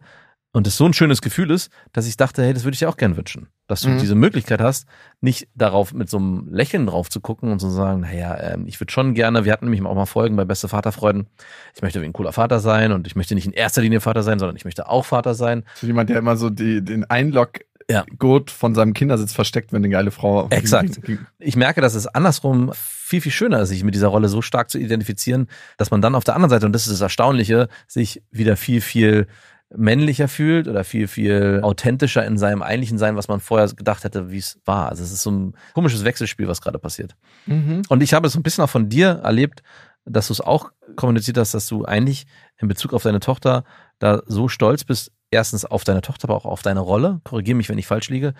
und es so ein schönes Gefühl ist, dass ich dachte, hey, das würde ich dir auch gern wünschen, dass du
Mhm.
diese Möglichkeit hast, nicht darauf mit so einem Lächeln drauf zu gucken und zu sagen, naja, ähm, ich würde schon gerne, wir hatten nämlich auch mal Folgen bei Beste Vaterfreuden, ich möchte wie ein cooler Vater sein und ich möchte nicht in erster Linie Vater sein, sondern ich möchte auch Vater sein.
So jemand, der immer so die, den
Ja.
Einlog-Gurt von seinem Kindersitz versteckt, wenn eine geile Frau auf
Exakt.
Ging,
ich merke, dass es andersrum viel, viel schöner ist, sich mit dieser Rolle so stark zu identifizieren, dass man dann auf der anderen Seite, und das ist das Erstaunliche, sich wieder viel, viel männlicher fühlt oder viel, viel authentischer in seinem eigentlichen Sein, was man vorher gedacht hätte, wie es war. Also es ist so ein komisches Wechselspiel, was gerade passiert.
Mhm.
Und ich habe es so ein bisschen auch von dir erlebt, dass du es auch kommuniziert hast, dass du eigentlich in Bezug auf deine Tochter da so stolz bist, erstens auf deine Tochter, aber auch auf deine Rolle, korrigiere mich, wenn ich falsch liege,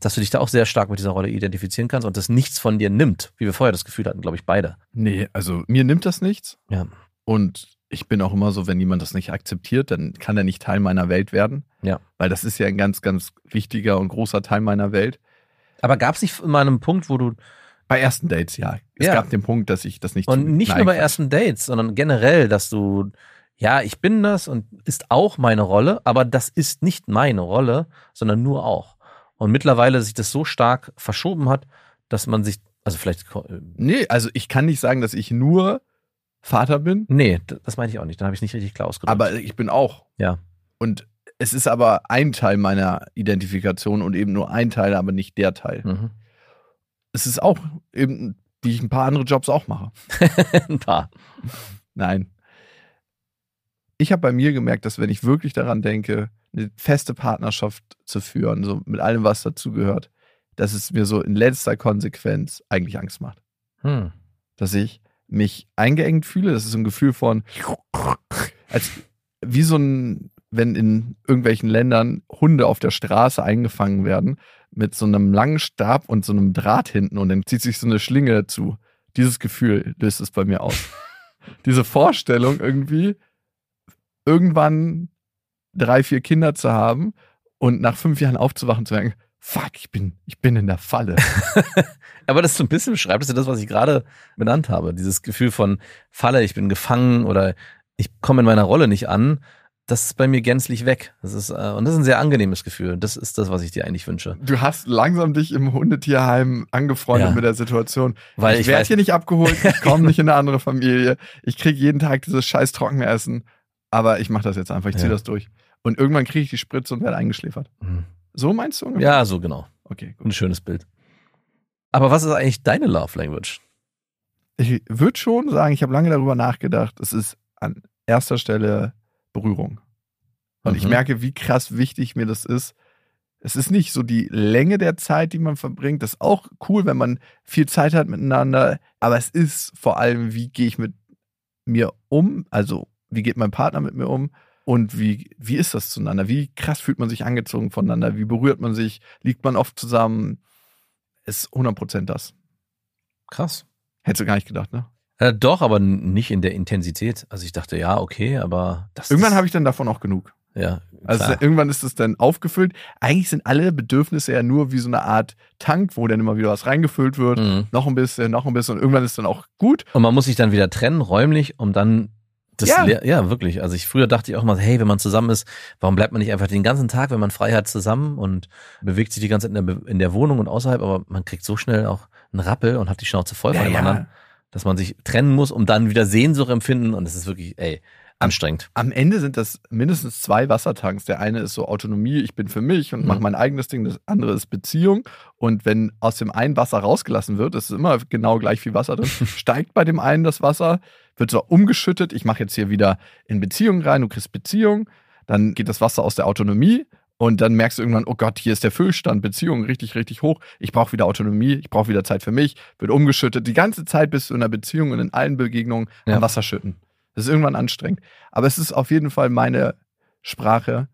dass du dich da auch sehr stark mit dieser Rolle identifizieren kannst und das nichts von dir nimmt, wie wir vorher das Gefühl hatten, glaube ich, beide.
Nee, also mir nimmt das nichts.
Ja.
Und ich bin auch immer so, wenn jemand das nicht akzeptiert, dann kann er nicht Teil meiner Welt werden.
Ja.
Weil das ist ja ein ganz, ganz wichtiger und großer Teil meiner Welt.
Aber gab es nicht mal einen Punkt, wo du,
Bei ersten Dates, ja. Es
Ja.
gab den Punkt, dass ich das nicht.
und nicht
Nein,
nur bei
Quatsch.
ersten Dates, sondern generell, dass du, ja, ich bin das und ist auch meine Rolle, aber das ist nicht meine Rolle, sondern nur auch. Und mittlerweile sich das so stark verschoben hat, dass man sich, also vielleicht,
Nee, also ich kann nicht sagen, dass ich nur Vater bin,
nee, d- das meinte ich auch nicht, da habe ich nicht richtig klar ausgedrückt.
aber ich bin auch.
Ja.
Und es ist aber ein Teil meiner Identifikation und eben nur ein Teil, aber nicht der Teil.
Mhm.
Es ist auch eben, wie ich ein paar andere Jobs auch mache.
Ein paar.
Nein. Ich habe bei mir gemerkt, dass wenn ich wirklich daran denke, eine feste Partnerschaft zu führen, so mit allem, was dazugehört, dass es mir so in letzter Konsequenz eigentlich Angst macht.
Hm.
Dass ich mich eingeengt fühle. Das ist so ein Gefühl von, als wie so ein, wenn in irgendwelchen Ländern Hunde auf der Straße eingefangen werden, mit so einem langen Stab und so einem Draht hinten und dann zieht sich so eine Schlinge zu. Dieses Gefühl löst es bei mir aus. Diese Vorstellung irgendwie, irgendwann drei, vier Kinder zu haben und nach fünf Jahren aufzuwachen zu sagen, fuck, ich bin, ich bin in der Falle.
Aber das so ein bisschen beschreibt, das ist ja das, was ich gerade benannt habe. Dieses Gefühl von Falle, ich bin gefangen oder ich komme in meiner Rolle nicht an. Das ist bei mir gänzlich weg. Das ist, äh, und das ist ein sehr angenehmes Gefühl. Das ist das, was ich dir eigentlich wünsche.
Du hast langsam dich im Hundetierheim angefreundet
Ja.
mit der Situation.
Weil
ich
ich,
werde
weiß,
hier nicht abgeholt, ich komme nicht in eine andere Familie, ich kriege jeden Tag dieses scheiß Trockenessen, aber ich mache das jetzt einfach, ich ziehe
Ja.
das durch. Und irgendwann kriege ich die Spritze und werde eingeschläfert.
Hm.
So meinst du? ungefähr?
Ja, so genau.
Okay, gut.
Ein schönes Bild. Aber was ist eigentlich deine Love Language?
Ich würde schon sagen, ich habe lange darüber nachgedacht, es ist an erster Stelle Berührung. Und ich
Mhm.
merke, wie krass wichtig mir das ist. Es ist nicht so die Länge der Zeit, die man verbringt. Das ist auch cool, wenn man viel Zeit hat miteinander. Aber es ist vor allem, wie gehe ich mit mir um? Also, wie geht mein Partner mit mir um? Und wie, wie ist das zueinander? Wie krass fühlt man sich angezogen voneinander? Wie berührt man sich? Liegt man oft zusammen? Ist 100% das.
Krass.
Hättest du gar nicht gedacht, ne?
Äh, doch, aber n- nicht in der Intensität. Also ich dachte, ja, okay, aber das
Irgendwann
ist-
habe ich dann davon auch genug.
Ja,
Also
Klar.
irgendwann ist es dann aufgefüllt. Eigentlich sind alle Bedürfnisse ja nur wie so eine Art Tank, wo dann immer wieder was reingefüllt wird.
Mhm.
Noch ein bisschen, noch ein bisschen und irgendwann ist dann auch gut.
Und man muss sich dann wieder trennen, räumlich, um dann das
Ja.
ja. ja, wirklich. Also ich früher dachte ich auch mal, hey, wenn man zusammen ist, warum bleibt man nicht einfach den ganzen Tag, wenn man frei hat, zusammen und bewegt sich die ganze Zeit in der, Be- in der Wohnung und außerhalb, aber man kriegt so schnell auch einen Rappel und hat die Schnauze voll von
Ja,
dem
ja.
anderen, dass man sich trennen muss, um dann wieder Sehnsucht empfinden und das ist wirklich, ey, anstrengend.
Am Ende sind das mindestens zwei Wassertanks. Der eine ist so Autonomie, ich bin für mich und mache
Mhm.
mein eigenes Ding. Das andere ist Beziehung. Und wenn aus dem einen Wasser rausgelassen wird, es ist immer genau gleich viel Wasser drin, steigt bei dem einen das Wasser, wird so umgeschüttet. Ich mache jetzt hier wieder in Beziehung rein, du kriegst Beziehung. Dann geht das Wasser aus der Autonomie. Und dann merkst du irgendwann, oh Gott, hier ist der Füllstand, Beziehung richtig, richtig hoch. Ich brauche wieder Autonomie, ich brauche wieder Zeit für mich, wird umgeschüttet. Die ganze Zeit bist du in der Beziehung und in allen Begegnungen
Ja.
am Wasser schütten. Das ist irgendwann anstrengend. Aber es ist auf jeden Fall meine Sprache,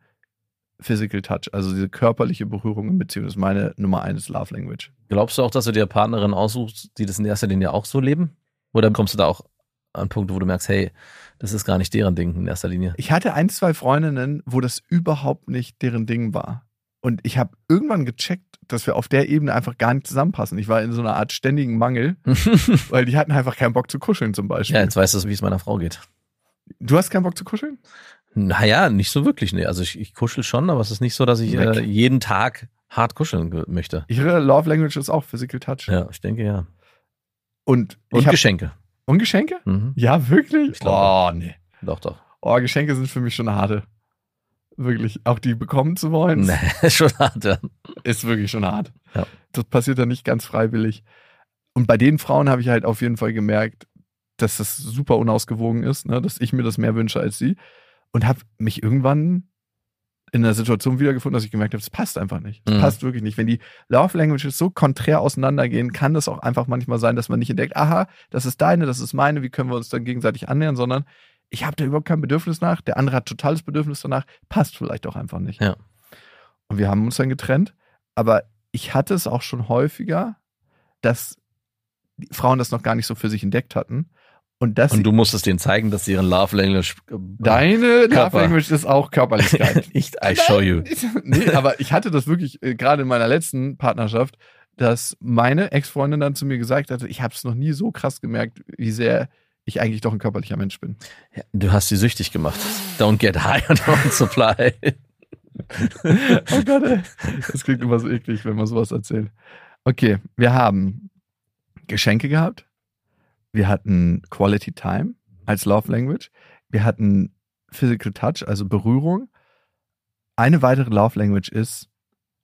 Physical Touch, also diese körperliche Berührung in Beziehung, ist meine Nummer eins Love Language.
Glaubst du auch, dass du dir Partnerin aussuchst, die das in erster Linie auch so leben? Oder kommst du da auch an Punkte, wo du merkst, hey, das ist gar nicht deren Ding in erster Linie?
Ich hatte ein, zwei Freundinnen, wo das überhaupt nicht deren Ding war. Und ich habe irgendwann gecheckt, dass wir auf der Ebene einfach gar nicht zusammenpassen. Ich war in so einer Art ständigen Mangel, weil die hatten einfach keinen Bock zu kuscheln zum Beispiel.
ja, jetzt weißt du, wie es meiner Frau geht.
Du hast keinen Bock zu kuscheln?
Naja, nicht so wirklich, nee. Also ich, ich kuschel schon, aber es ist nicht so, dass ich
Weg.
äh, jeden Tag hart kuscheln ge- möchte.
Ich rede, Love Language ist auch Physical Touch.
Ja, ich denke ja.
Und,
Und
ich hab,
Geschenke.
und Geschenke?
Mhm.
Ja, wirklich?
Ich glaube.
oh, nee.
Doch, doch.
Oh, Geschenke sind für mich schon harte. Wirklich. Auch die bekommen zu wollen,
Nee, schon hart. ja.
ist wirklich schon hart.
Ja.
Das passiert dann nicht ganz freiwillig. Und bei den Frauen habe ich halt auf jeden Fall gemerkt, dass das super unausgewogen ist, ne? dass ich mir das mehr wünsche als sie. Und habe mich irgendwann in einer Situation wiedergefunden, dass ich gemerkt habe, das passt einfach nicht. Das
Mhm.
passt wirklich nicht. Wenn die Love Languages so konträr auseinandergehen, kann das auch einfach manchmal sein, dass man nicht entdeckt, aha, das ist deine, das ist meine, wie können wir uns dann gegenseitig annähern, sondern ich habe da überhaupt kein Bedürfnis nach, der andere hat totales Bedürfnis danach, passt vielleicht auch einfach nicht.
Ja.
Und wir haben uns dann getrennt, aber ich hatte es auch schon häufiger, dass die Frauen das noch gar nicht so für sich entdeckt hatten. Und das
Und du musstest denen zeigen, dass sie ihren Love Language.
deine Love
Körper.
Language ist auch Körperlichkeit.
ich, I show you.
nee, aber ich hatte das wirklich äh, gerade in meiner letzten Partnerschaft, dass meine Ex-Freundin dann zu mir gesagt hatte, ich habe es noch nie so krass gemerkt, wie sehr ich eigentlich doch ein körperlicher Mensch bin.
Ja, Du hast sie süchtig gemacht. Don't get high on your own supply.
Oh Gott, ey. das klingt immer so eklig, wenn man sowas erzählt. Okay, wir haben Geschenke gehabt. Wir hatten Quality Time als Love Language. Wir hatten Physical Touch, also Berührung. Eine weitere Love Language ist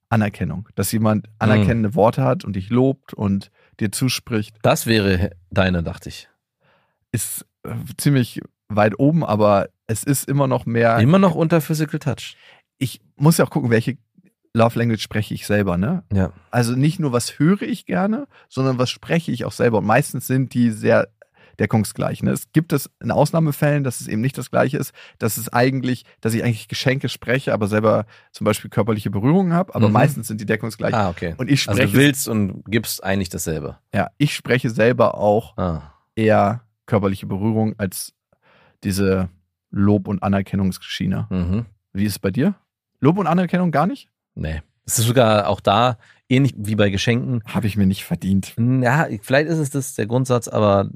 Anerkennung. Dass jemand anerkennende Worte hat und dich lobt und dir zuspricht,
Das wäre deine, dachte ich.
ist äh, ziemlich weit oben, aber es ist immer noch mehr.
Immer noch unter Physical Touch.
Ich muss ja auch gucken, welche Love Language spreche ich selber, ne?
Ja.
Also nicht nur, was höre ich gerne, sondern was spreche ich auch selber. Und meistens sind die sehr deckungsgleich. Ne? Es gibt es in Ausnahmefällen, dass es eben nicht das Gleiche ist, dass es eigentlich, dass ich eigentlich Geschenke spreche, aber selber zum Beispiel körperliche Berührungen habe. Aber
Mhm.
meistens sind die deckungsgleich.
Ah, okay.
Und ich
Also
spreche,
du willst und gibst eigentlich dasselbe.
ja, ich spreche selber auch
Ah.
eher körperliche Berührung als diese Lob- und Anerkennungsschiene.
Mhm.
Wie ist es bei dir? Lob und Anerkennung gar nicht?
Nee. Es ist sogar auch da ähnlich wie bei Geschenken.
Habe ich mir nicht verdient.
Ja, vielleicht ist es das der Grundsatz, aber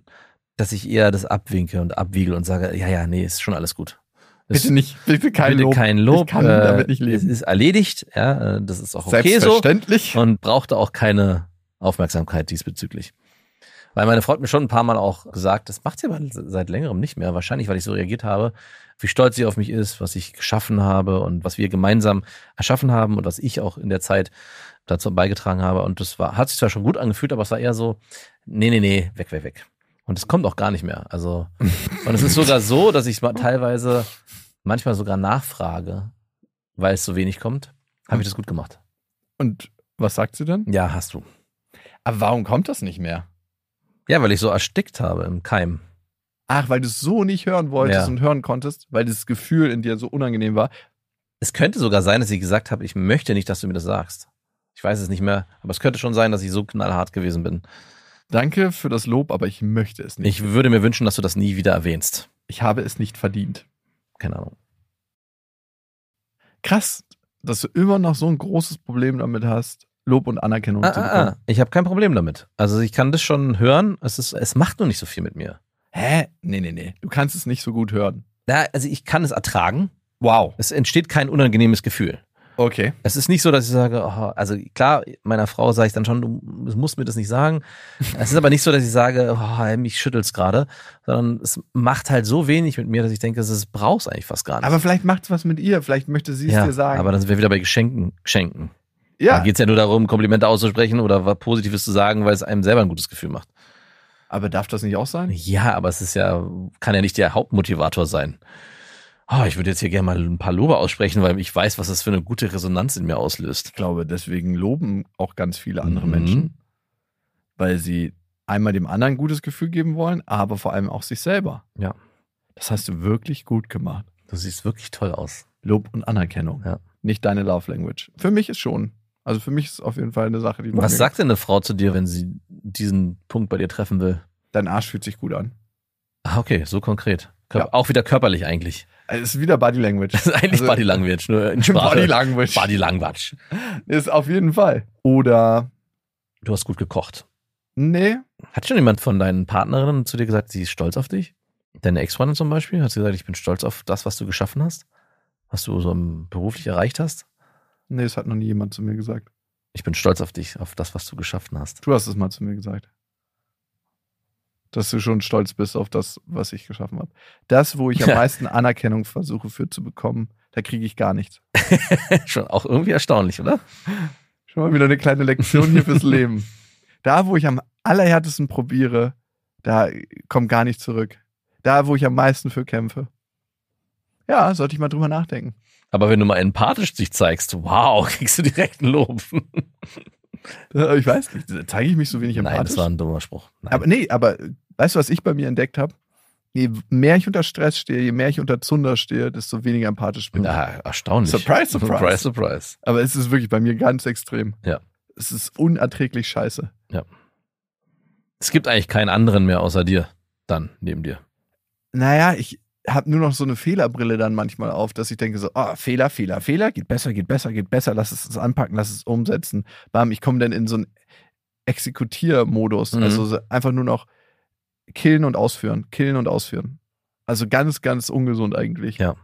dass ich eher das abwinke und abwiegel und sage, ja, ja, nee, ist schon alles gut. Ist-
Bitte nicht, bitte kein
bitte
Lob.
kein Lob.
Ich kann
äh,
damit nicht leben.
Es ist erledigt, ja, äh, das ist auch okay so
Selbstverständlich.
und brauchte auch keine Aufmerksamkeit diesbezüglich. Weil meine Frau hat mir schon ein paar Mal auch gesagt, das macht sie aber seit längerem nicht mehr, wahrscheinlich, weil ich so reagiert habe, wie stolz sie auf mich ist, was ich geschaffen habe und was wir gemeinsam erschaffen haben und was ich auch in der Zeit dazu beigetragen habe. Und das war, hat sich zwar schon gut angefühlt, aber es war eher so, nee, nee, nee, weg, weg, weg. Und es kommt auch gar nicht mehr. Also, und es ist sogar so, dass ich mal teilweise manchmal sogar nachfrage, weil es so wenig kommt. Habe ich das gut gemacht?
Und was sagt sie dann?
Ja, hast du. Ah,
Aber warum kommt das nicht mehr?
Ja, weil ich so erstickt habe im Keim.
Ach, weil du es so nicht hören wolltest
Ja.
und hören konntest, weil das Gefühl in dir so unangenehm war.
Es könnte sogar sein, dass ich gesagt habe, ich möchte nicht, dass du mir das sagst. Ich weiß es nicht mehr, aber es könnte schon sein, dass ich so knallhart gewesen bin.
Danke für das Lob, aber ich möchte es nicht.
Ich würde mir wünschen, dass du das nie wieder erwähnst.
Ich habe es nicht verdient.
Keine Ahnung.
krass, dass du immer noch so ein großes Problem damit hast, Lob und Anerkennung
Ah,
zu
ah,
bekommen.
ah. Ich habe kein Problem damit. Also ich kann das schon hören. Es, ist, es macht nur nicht so viel mit mir.
Hä? Nee, nee, nee. Du kannst es nicht so gut hören.
Na, also ich kann es ertragen.
Wow.
Es entsteht kein unangenehmes Gefühl.
Okay.
Es ist nicht so, dass ich sage, oh, also klar, meiner Frau sage ich dann schon, du musst mir das nicht sagen. Es ist aber nicht so, dass ich sage, oh, mich schüttelt's gerade, sondern es macht halt so wenig mit mir, dass ich denke, es brauchst eigentlich fast gar nicht.
Aber vielleicht macht es was mit ihr. Vielleicht möchte sie es
ja,
dir sagen.
aber dann sind wir wieder bei Geschenken schenken. Da
ja,
geht's ja nur darum, Komplimente auszusprechen oder was Positives zu sagen, weil es einem selber ein gutes Gefühl macht.
aber darf das nicht auch sein?
Ja, aber es ist ja, kann ja nicht der Hauptmotivator sein. Oh, ich würde jetzt hier gerne mal ein paar Lobe aussprechen, weil ich weiß, was das für eine gute Resonanz in mir auslöst.
Ich glaube, deswegen loben auch ganz viele andere
Mhm.
Menschen, weil sie einmal dem anderen ein gutes Gefühl geben wollen, aber vor allem auch sich selber.
Ja.
Das hast du wirklich gut gemacht.
Du siehst wirklich toll aus.
Lob und Anerkennung.
Ja.
Nicht deine Love Language. Für mich ist schon. Also für mich ist es auf jeden Fall eine Sache, die bei
Was
mir-
sagt denn eine Frau zu dir, wenn sie diesen Punkt bei dir treffen will?
Dein Arsch fühlt sich gut an.
Ah, okay, so konkret. Kör
Ja.
Auch wieder körperlich eigentlich.
Also es ist wieder Body Language.
Das ist eigentlich
Also-
Body Language, nur in Sprache.
Body Language.
Body Language.
Ist auf jeden Fall. Oder
Du hast gut gekocht.
nee,
Hat schon jemand von deinen Partnerinnen zu dir gesagt, sie ist stolz auf dich? Deine Ex-Freundin zum Beispiel? Hat sie gesagt, ich bin stolz auf das, was du geschaffen hast? Was du so im- beruflich erreicht hast?
nee, das hat noch nie jemand zu mir gesagt.
Ich bin stolz auf dich, auf das, was du geschaffen hast.
Du hast es mal zu mir gesagt. Dass du schon stolz bist auf das, was ich geschaffen habe. Das, wo ich am
Ja.
meisten Anerkennung versuche für zu bekommen, da kriege ich gar nichts.
schon auch irgendwie erstaunlich, oder?
Schon mal wieder eine kleine Lektion hier fürs Leben. Da, wo ich am allerhärtesten probiere, da kommt gar nicht zurück. Da, wo ich am meisten für kämpfe. Ja, sollte ich mal drüber nachdenken.
Aber wenn du mal empathisch dich zeigst, wow, kriegst du direkt ein Lob.
Äh, Ich weiß nicht, zeige ich mich so wenig
Nein,
empathisch?
das war ein dummer Spruch. Nein.
aber nee, aber äh, weißt du, was ich bei mir entdeckt habe? Je mehr ich unter Stress stehe, je mehr ich unter Zunder stehe, desto weniger empathisch bin ich.
Ja, erstaunlich.
Surprise, surprise.
Surprise, surprise.
Aber es ist wirklich bei mir ganz extrem.
Ja.
Es ist unerträglich scheiße.
Es gibt eigentlich keinen anderen mehr außer dir, dann neben dir.
Naja, ich habe nur noch so eine Fehlerbrille dann manchmal auf, dass ich denke so, oh, Fehler, Fehler, Fehler, geht besser, geht besser, geht besser, lass es anpacken, lass es umsetzen. Bam, ich komme dann in so einen Exekutiermodus,
Mhm.
also so einfach nur noch killen und ausführen, killen und ausführen. Also ganz, ganz ungesund eigentlich.
Ja.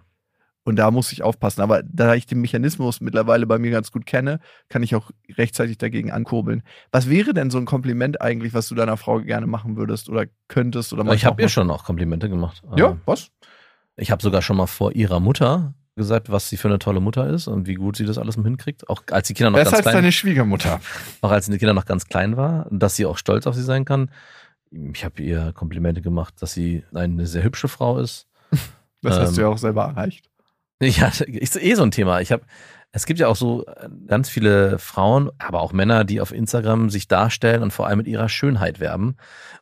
Und da muss ich aufpassen. Aber da ich den Mechanismus mittlerweile bei mir ganz gut kenne, kann ich auch rechtzeitig dagegen ankurbeln. Was wäre denn so ein Kompliment eigentlich, was du deiner Frau gerne machen würdest oder könntest oder
Aber Äh, ich
manchmal
habe ihr
auch
schon Ah. auch Komplimente gemacht. Ähm,
mal- Ja, was?
Ich habe sogar schon mal vor ihrer Mutter gesagt, was sie für eine tolle Mutter ist und wie gut sie das alles hinkriegt. Auch als die Kinder noch
Besser
ganz
als
klein,
deine Schwiegermutter.
auch als die Kinder noch ganz klein war, dass sie auch stolz auf sie sein kann. Ich habe ihr Komplimente gemacht, dass sie eine sehr hübsche Frau ist.
Das hast
Ähm,
du ja auch selber erreicht.
Ich hatte ist eh so ein Thema. Ich habe, es gibt ja auch so äh, ganz viele Frauen, aber auch Männer, die auf Instagram sich darstellen und vor allem mit ihrer Schönheit werben.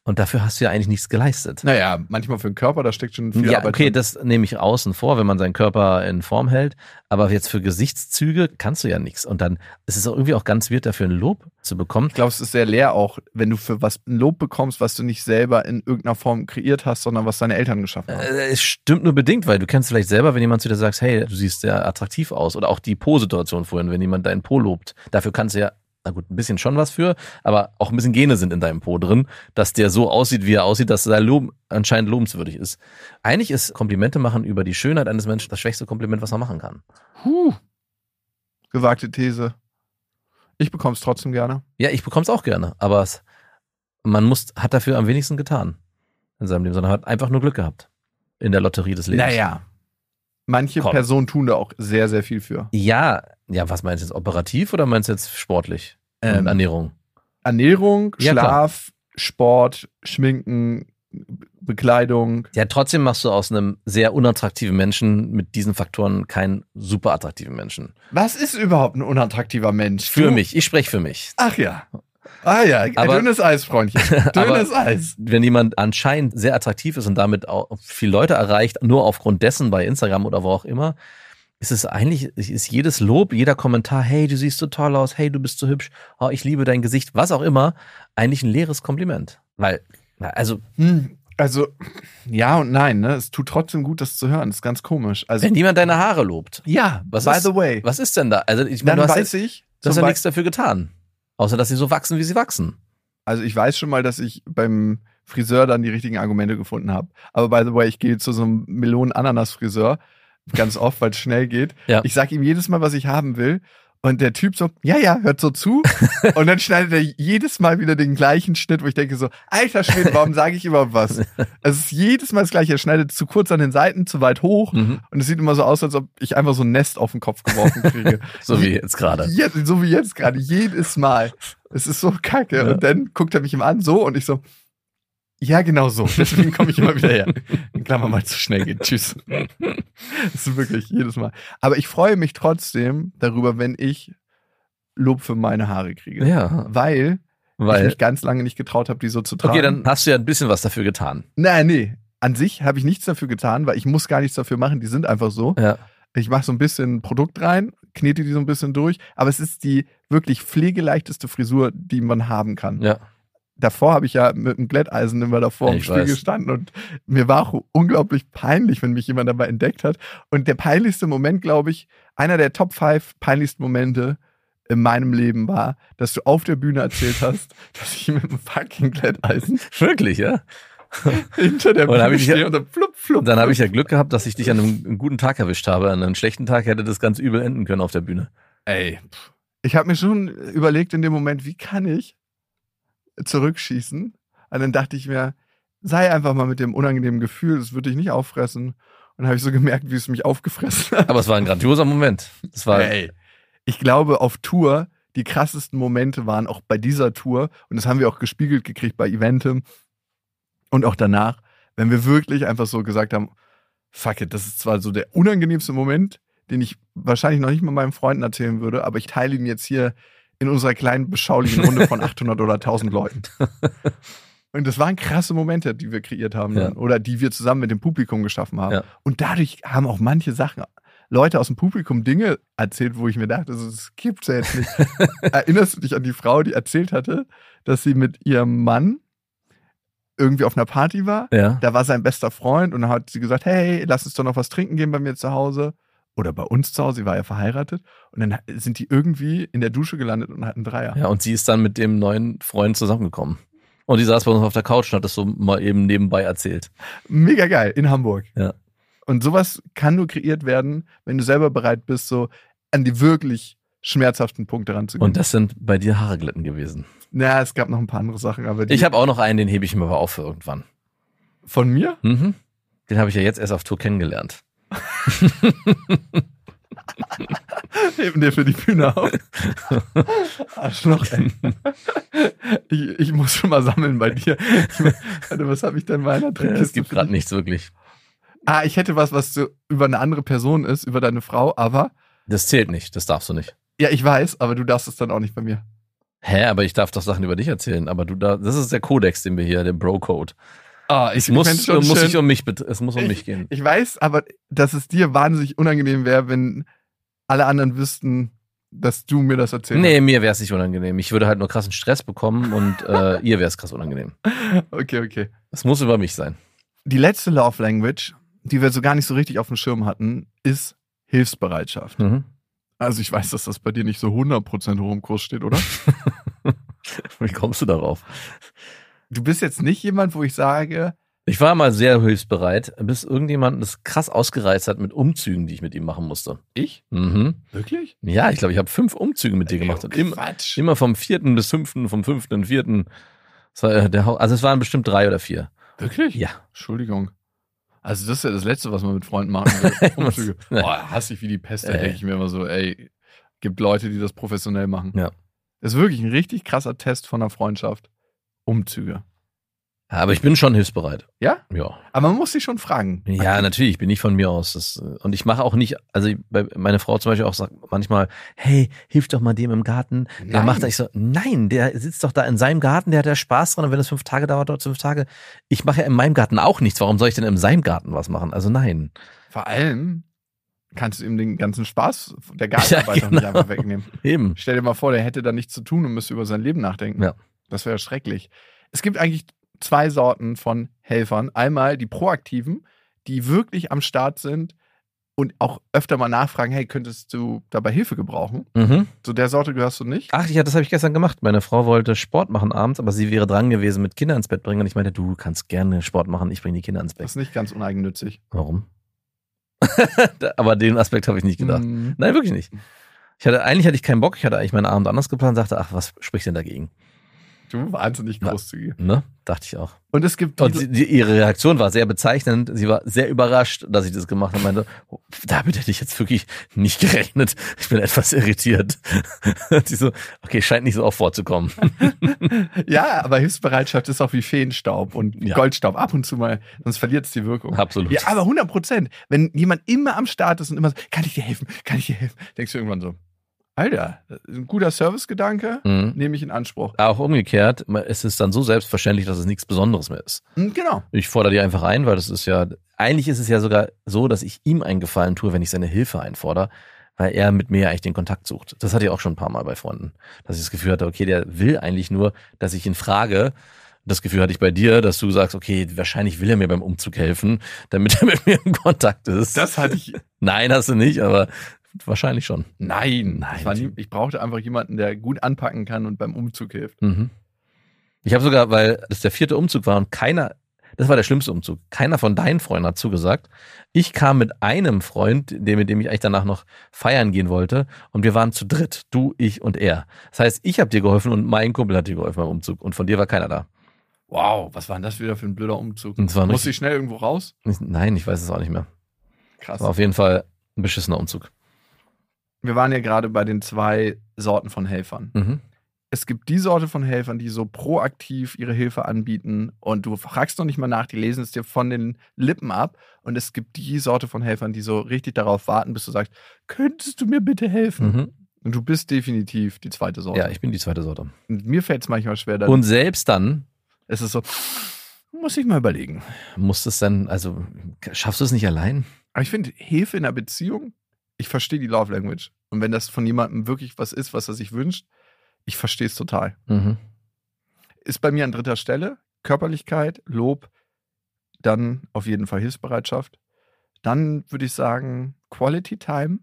Und dafür hast du ja eigentlich nichts geleistet.
Naja, manchmal für den Körper, da steckt schon viel
Ja,
Arbeit
okay,
drin.
das nehme ich außen vor, wenn man seinen Körper in Form hält. Aber jetzt für Gesichtszüge kannst du ja nichts. Und dann ist es auch irgendwie auch ganz weird, dafür ein Lob zu bekommen.
Ich glaube, es ist sehr leer auch, wenn du für was ein Lob bekommst, was du nicht selber in irgendeiner Form kreiert hast, sondern was deine Eltern geschaffen haben.
Äh, Es stimmt nur bedingt, weil du kennst vielleicht selber, wenn jemand zu dir sagt, hey, du siehst sehr attraktiv aus. Oder auch die Po-Situation vorhin, wenn jemand deinen Po lobt. Dafür kannst du ja, na gut, ein bisschen schon was für, aber auch ein bisschen Gene sind in deinem Po drin, dass der so aussieht, wie er aussieht, dass er loben, anscheinend lobenswürdig ist. Eigentlich ist Komplimente machen über die Schönheit eines Menschen das schwächste Kompliment, was man machen kann.
Huh. Gewagte These. Ich bekomme es trotzdem gerne.
Ja, ich bekomme es auch gerne, aber es, man muss, hat dafür am wenigsten getan in seinem Leben, sondern hat einfach nur Glück gehabt in der Lotterie des Lebens.
Manche
Komm.
Personen tun da auch sehr, sehr viel für.
Ja, ja, was meinst du jetzt? Operativ oder meinst du jetzt sportlich?
Ähm,
Und Ernährung.
Ernährung,
Ja, klar.
Schlaf, Sport, Schminken, Be- Bekleidung.
Ja, trotzdem machst du aus einem sehr unattraktiven Menschen mit diesen Faktoren keinen super attraktiven Menschen.
Was ist überhaupt ein unattraktiver Mensch?
Für
Du-
mich, ich spreche für mich.
Ach ja. Ah ja,
Aber-
dünnes Eis, Freundchen. Dünnes Eis.
Wenn jemand anscheinend sehr attraktiv ist und damit auch viele Leute erreicht, nur aufgrund dessen bei Instagram oder wo auch immer, ist es eigentlich, ist jedes Lob, jeder Kommentar, hey, du siehst so toll aus, hey, du bist so hübsch, oh, ich liebe dein Gesicht, was auch immer, eigentlich ein leeres Kompliment. Weil, na, also,
Hm, Also, ja und nein, ne? Es tut trotzdem gut, das zu hören. Das ist ganz komisch. Also,
Wenn jemand deine Haare lobt,
ja,
Was
by
ist-
the way,
was ist denn da? Also ich
dann
meine, du hast, ja-
weiß ich,
du hast
zum
ja
Be-
nichts dafür getan. Außer, dass sie so wachsen, wie sie wachsen.
also ich weiß schon mal, dass ich beim Friseur dann die richtigen Argumente gefunden habe. Aber by the way, ich gehe zu so einem Melonen-Ananas-Friseur ganz oft, weil es schnell geht.
Ja.
Ich sage ihm jedes Mal, was ich haben will. Und der Typ so, ja, ja, hört so zu. Und dann schneidet er jedes Mal wieder den gleichen Schnitt, wo ich denke so, alter Schwede, warum sage ich überhaupt was? Also Es ist jedes Mal das gleiche. Er schneidet zu kurz an den Seiten, zu weit hoch.
Mhm.
Und es sieht immer so aus, als ob ich einfach so ein Nest auf den Kopf geworfen kriege.
So wie jetzt gerade.
Jetzt, so wie jetzt gerade, jedes Mal. Es ist so kacke.
Ja.
Und dann guckt er mich immer an, so und ich so, ja, genau so. Deswegen komme ich immer wieder her. In Klammern, weil es so schnell geht. Tschüss. Das ist wirklich jedes Mal. Aber ich freue mich trotzdem darüber, wenn ich Lob für meine Haare kriege.
Ja,
Weil, ich
weil.
mich ganz lange nicht getraut habe, die so zu tragen.
Okay, dann hast du ja ein bisschen was dafür getan.
Nein, nee. An sich habe ich nichts dafür getan, weil ich muss gar nichts dafür machen. Die sind einfach so.
Ja.
Ich mache so ein bisschen Produkt rein, knete die so ein bisschen durch, aber es ist die wirklich pflegeleichteste Frisur, die man haben kann.
Ja.
Davor habe ich ja mit einem Glätteisen immer davor im
Ich
Spiegel
weiß.
gestanden und mir war auch unglaublich peinlich, wenn mich jemand dabei entdeckt hat. Und der peinlichste Moment, glaube ich, einer der Top 5 peinlichsten Momente in meinem Leben war, dass du auf der Bühne erzählt hast, dass ich mit einem fucking Glätteisen
Wirklich, ja?
hinter der
Und dann hab
Bühne
ich dich-
stehe und dann flupp, flupp.
Und dann habe ich ja Glück gehabt, dass ich dich an einem, guten Tag erwischt habe. An einem schlechten Tag hätte das ganz übel enden können auf der Bühne.
Ey, pff. ich habe mir schon überlegt in dem Moment, wie kann ich zurückschießen? Und dann dachte ich mir, sei einfach mal mit dem unangenehmen Gefühl, das würde dich nicht auffressen. Und dann habe ich so gemerkt, wie es mich aufgefressen hat.
Aber es war ein grandioser Moment. Es war,
Ey, ich glaube, auf Tour die krassesten Momente waren auch bei dieser Tour. Und das haben wir auch gespiegelt gekriegt bei Eventim und auch danach, wenn wir wirklich einfach so gesagt haben, fuck it, das ist zwar so der unangenehmste Moment, den ich wahrscheinlich noch nicht mal meinen Freunden erzählen würde, aber ich teile ihn jetzt hier in unserer kleinen beschaulichen Runde von 800 oder 1000 Leuten. Und das waren krasse Momente, die wir kreiert haben
Ja.
dann, oder die wir zusammen mit dem Publikum geschaffen haben.
Ja.
Und dadurch haben auch manche Sachen, Leute aus dem Publikum Dinge erzählt, wo ich mir dachte, so, das gibt's ja jetzt nicht. Erinnerst du dich an die Frau, die erzählt hatte, dass sie mit ihrem Mann irgendwie auf einer Party war
ja.
da war sein bester Freund und dann hat sie gesagt, hey, lass uns doch noch was trinken gehen bei mir zu Hause oder bei uns zu Hause, sie war ja verheiratet und dann sind die irgendwie in der Dusche gelandet und hatten Dreier.
Ja, und sie ist dann mit dem neuen Freund zusammengekommen. Und die saß bei uns auf der Couch und hat das so mal eben nebenbei erzählt.
Mega geil in Hamburg.
Ja.
Und sowas kann nur kreiert werden, wenn du selber bereit bist, so an die wirklich schmerzhaften Punkte ranzugehen.
Und das sind bei dir Haare glitten gewesen.
Na, es gab noch ein paar andere Sachen, aber die
Ich habe auch noch einen, den hebe ich mir aber auf für irgendwann.
von mir?
Mhm. Den habe ich ja jetzt erst auf Tour kennengelernt.
Heben dir für die Bühne auf. Arschloch, ey. Ich, ich muss schon mal sammeln bei dir. Warte, was habe ich denn bei einer Trickkiste?
Es gibt
für
gerade
dich?
nichts wirklich.
Ah, ich hätte was, was so über eine andere Person ist, über deine Frau, aber.
Das zählt nicht, das darfst du nicht.
Ja, ich weiß, aber du darfst es dann auch nicht bei mir.
Hä, aber ich darf doch Sachen über dich erzählen. Aber du da, das ist der Kodex, den wir hier, der Bro-Code.
Ah, ich
Muss,
schon
muss
schön-
ich um mich, bet- es muss um mich gehen.
Ich weiß, aber dass es dir wahnsinnig unangenehm wäre, wenn alle anderen wüssten, dass du mir das erzählst.
Nee, mir wäre es nicht unangenehm. Ich würde halt nur krassen Stress bekommen und äh, ihr wäre es krass unangenehm.
Okay, okay.
Es muss über mich sein.
Die letzte Love Language, die wir so gar nicht so richtig auf dem Schirm hatten, ist Hilfsbereitschaft.
Mhm.
Also ich weiß, dass das bei dir nicht so 100% hoch im Kurs steht, oder?
Wie kommst du darauf?
Du bist jetzt nicht jemand, wo ich sage,
Ich war mal sehr hilfsbereit, bis irgendjemand das krass ausgereizt hat mit Umzügen, die ich mit ihm machen musste.
ich?
Mhm.
Wirklich?
Ja, ich glaube, ich habe fünf Umzüge mit dir gemacht.
oh
Und im,
Quatsch.
immer vom vierten bis fünften, vom fünften und vierten. Das war, äh, der, Hau- also es waren bestimmt drei oder vier.
Wirklich?
Ja.
Entschuldigung. Also das ist ja das Letzte, was man mit Freunden machen will. Umzüge.
Ja.
Boah, hasse ich wie die Pest, da
Äh.
denke ich mir immer so, ey, gibt Leute, die das professionell machen.
Ja.
Das ist wirklich ein richtig krasser Test von einer Freundschaft. Umzüge.
Aber ich bin schon hilfsbereit.
Ja?
Ja.
Aber man muss sich schon fragen.
Ja, natürlich, ich bin nicht von mir aus. Das, äh, und ich mache auch nicht, also ich- bei- meine Frau zum Beispiel auch sagt manchmal, hey, hilf doch mal dem im Garten. Da
Nein.
macht er, ich so, nein, der sitzt doch da in seinem Garten, der hat ja Spaß dran und wenn es fünf Tage dauert, dauert fünf Tage. Ich mache ja in meinem Garten auch nichts. Warum soll ich denn in seinem Garten was machen? Also nein.
Vor allem kannst du ihm den ganzen Spaß der Gartenarbeit
Ja,
doch nicht
genau.
einfach wegnehmen.
Eben.
Stell dir mal vor, der hätte da nichts zu tun und müsste über sein Leben nachdenken.
Ja.
Das wäre schrecklich. Es gibt eigentlich gibt zwei Sorten von Helfern. Einmal die Proaktiven, die wirklich am Start sind und auch öfter mal nachfragen, hey, könntest du dabei Hilfe gebrauchen?
Mhm.
Zu der Sorte gehörst du nicht.
Ach ja, das habe ich gestern gemacht. Meine Frau wollte Sport machen abends, aber sie wäre dran gewesen mit Kinder ins Bett bringen. Und ich meinte, du kannst gerne Sport machen, ich bringe die Kinder ins
Das
Bett.
ist nicht ganz uneigennützig.
Warum? Hm. Da- aber den Aspekt habe ich nicht gedacht.
Mhm.
Nein, wirklich nicht. Ich hatte, eigentlich hatte ich keinen Bock, ich hatte eigentlich meinen Abend anders geplant, dachte, ach, was spricht denn dagegen?
Du wahnsinnig
Na.
großzügig.
Ne? Dachte ich auch.
Und es gibt
Und sie, die, ihre Reaktion war sehr bezeichnend. Sie war sehr überrascht, dass ich das gemacht habe. Meinte, oh, damit hätte ich jetzt wirklich nicht gerechnet. Ich bin etwas irritiert. Und sie so, okay, scheint nicht so oft vorzukommen.
Ja, aber Hilfsbereitschaft ist auch wie Feenstaub und
Ja.
Goldstaub. Ab und zu mal, sonst verliert es die Wirkung.
Absolut.
Ja, aber 100 Prozent. Wenn jemand immer am Start ist und immer so, kann ich dir helfen, kann ich dir helfen, denkst du irgendwann so, Alter, ein guter Servicegedanke,
Mhm.
nehme ich in Anspruch.
Auch umgekehrt, es ist dann so selbstverständlich, dass es nichts Besonderes mehr ist.
Hm, Genau.
Ich fordere die einfach ein, weil das ist ja, eigentlich ist es ja sogar so, dass ich ihm einen Gefallen tue, wenn ich seine Hilfe einfordere, weil er mit mir ja eigentlich den Kontakt sucht. Das hatte ich auch schon ein paar Mal bei Freunden, dass ich das Gefühl hatte, okay, der will eigentlich nur, dass ich ihn frage. Das Gefühl hatte ich bei dir, dass du sagst, okay, wahrscheinlich will er mir beim Umzug helfen, damit er mit mir im Kontakt ist.
Das hatte ich.
Nein, hast du nicht, aber wahrscheinlich schon.
Nein,
Nein.
Ich, war nie, ich brauchte einfach jemanden, der gut anpacken kann und beim Umzug hilft.
Mhm. Ich habe sogar, weil das der vierte Umzug war und keiner, das war der schlimmste Umzug, keiner von deinen Freunden hat zugesagt. Ich kam mit einem Freund, dem, mit dem ich eigentlich danach noch feiern gehen wollte, und wir waren zu dritt, du, ich und er. Das heißt, ich habe dir geholfen und mein Kumpel hat dir geholfen beim Umzug und von dir war keiner da.
Wow, was war denn das wieder für ein blöder Umzug?
Und es Hm, war ein
Muss
richtig-
ich schnell irgendwo raus?
Ich- Nein, ich weiß es auch nicht mehr.
Krass.
Das war auf jeden Fall ein beschissener Umzug.
Wir waren ja gerade bei den zwei Sorten von Helfern.
Mhm.
es gibt die Sorte von Helfern, die so proaktiv ihre Hilfe anbieten und du fragst noch nicht mal nach, die lesen es dir von den Lippen ab. Und es gibt die Sorte von Helfern, die so richtig darauf warten, bis du sagst, könntest du mir bitte helfen?
Mhm.
Und du bist definitiv die zweite Sorte.
Ja, ich bin die zweite Sorte.
und mir fällt es manchmal schwer, dann
Und selbst dann
es ist so, muss ich mal überlegen.
musst es dann, also schaffst du es nicht allein?
Aber ich finde Hilfe in einer Beziehung, ich verstehe die Love Language. Und wenn das von jemandem wirklich was ist, was er sich wünscht, ich verstehe es total.
Mhm.
ist bei mir an dritter Stelle. Körperlichkeit, Lob, dann auf jeden Fall Hilfsbereitschaft. Dann würde ich sagen, Quality Time.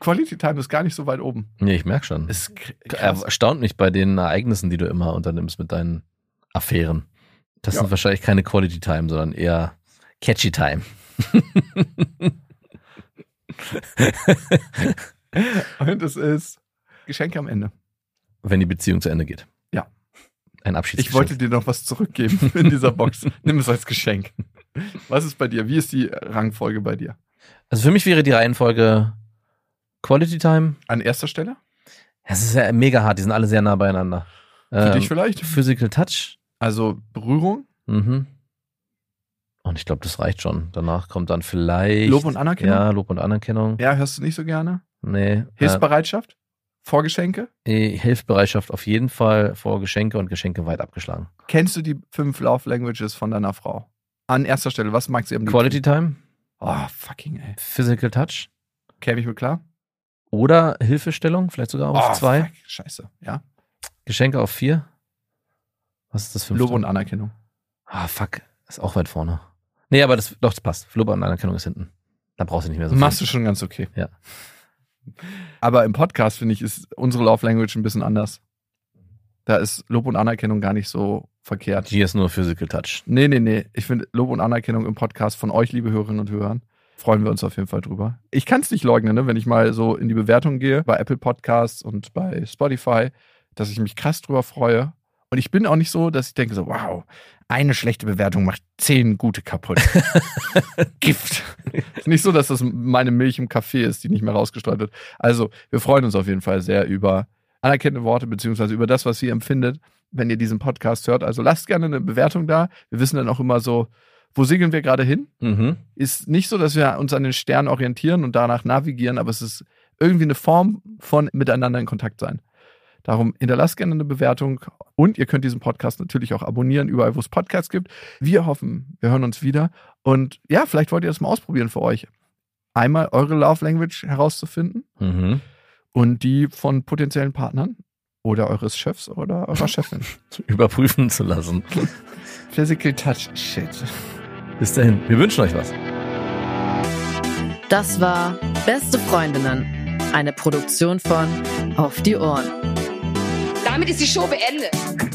Quality Time ist gar nicht so weit oben.
Nee, ich merk schon.
Ist kr- krass.
Äh, erstaunt mich bei den Ereignissen, die du immer unternimmst mit deinen Affären. Das
Ja.
sind wahrscheinlich keine Quality Time, sondern eher Catchy Time.
Und es ist Geschenke am Ende.
Wenn die Beziehung zu Ende geht.
Ja.
Ein
Ich
Abschiedsgeschenk.
wollte dir noch was zurückgeben in dieser Box. Nimm es als Geschenk. Was ist bei dir? Wie ist die Rangfolge bei dir?
also für mich wäre die Reihenfolge Quality Time.
An erster Stelle?
Es ist ja mega hart, die sind alle sehr nah beieinander.
Für
Ähm,
dich vielleicht?
Physical Touch.
Also Berührung,
Mhm. Und ich glaube, das reicht schon. Danach kommt dann vielleicht.
Lob und Anerkennung?
Ja, Lob und Anerkennung.
Ja, hörst du nicht so gerne?
Nee. äh,
Hilfsbereitschaft? Vorgeschenke?
Eh, Hilfsbereitschaft auf jeden Fall vor Geschenke und Geschenke weit abgeschlagen.
Kennst du die fünf Love Languages von deiner Frau? An erster Stelle, was mag sie am liebsten?
Quality Time,
Oh, fucking ey.
Physical Touch
Käme ich mit klar?
oder Hilfestellung, vielleicht sogar auf
oh,
zwei.
Fuck, scheiße, ja.
Geschenke auf vier. Was ist das für
Lob und Anerkennung.
Ah, fuck. Ist auch weit vorne. Nee, aber das, doch, das passt. Lob und Anerkennung ist hinten. Da brauchst du nicht mehr so viel.
Machst du schon ganz okay.
Also Ja.
Aber im Podcast, finde ich, ist unsere Love Language ein bisschen anders. Da ist Lob und Anerkennung gar nicht so verkehrt.
Hier ist nur Physical Touch.
Nee, nee, nee. Ich finde Lob und Anerkennung im Podcast von euch, liebe Hörerinnen und Hörern, freuen wir uns auf jeden Fall drüber. Ich kann es nicht leugnen, ne, wenn ich mal so in die Bewertung gehe, bei Apple Podcasts und bei Spotify, dass ich mich krass drüber freue. Und ich bin auch nicht so, dass ich denke so, wow, eine schlechte Bewertung macht zehn gute kaputt. Gift. Ist nicht so, dass das meine Milch im Kaffee ist, die nicht mehr rausgestreut wird. Also, wir freuen uns auf jeden Fall sehr über anerkennende Worte, beziehungsweise über das, was ihr empfindet wenn ihr diesen Podcast hört. Also lasst gerne eine Bewertung da. Wir wissen dann auch immer so, wo segeln wir gerade hin?
Mhm.
Ist nicht so, dass wir uns an den Sternen orientieren und danach navigieren, aber es ist irgendwie eine Form von miteinander in Kontakt sein. Darum hinterlasst gerne eine Bewertung und ihr könnt diesen Podcast natürlich auch abonnieren, überall, wo es Podcasts gibt. Wir hoffen, wir hören uns wieder und ja, vielleicht wollt ihr das mal ausprobieren für euch. Einmal eure Love Language herauszufinden
Mhm.
und die von potenziellen Partnern oder eures Chefs oder eurer Chefin.
Überprüfen zu lassen.
Physical Touch Shit.
Bis dahin, wir wünschen euch was.
Das war Beste Freundinnen, eine Produktion von Auf die Ohren.
Damit ist die Show beendet.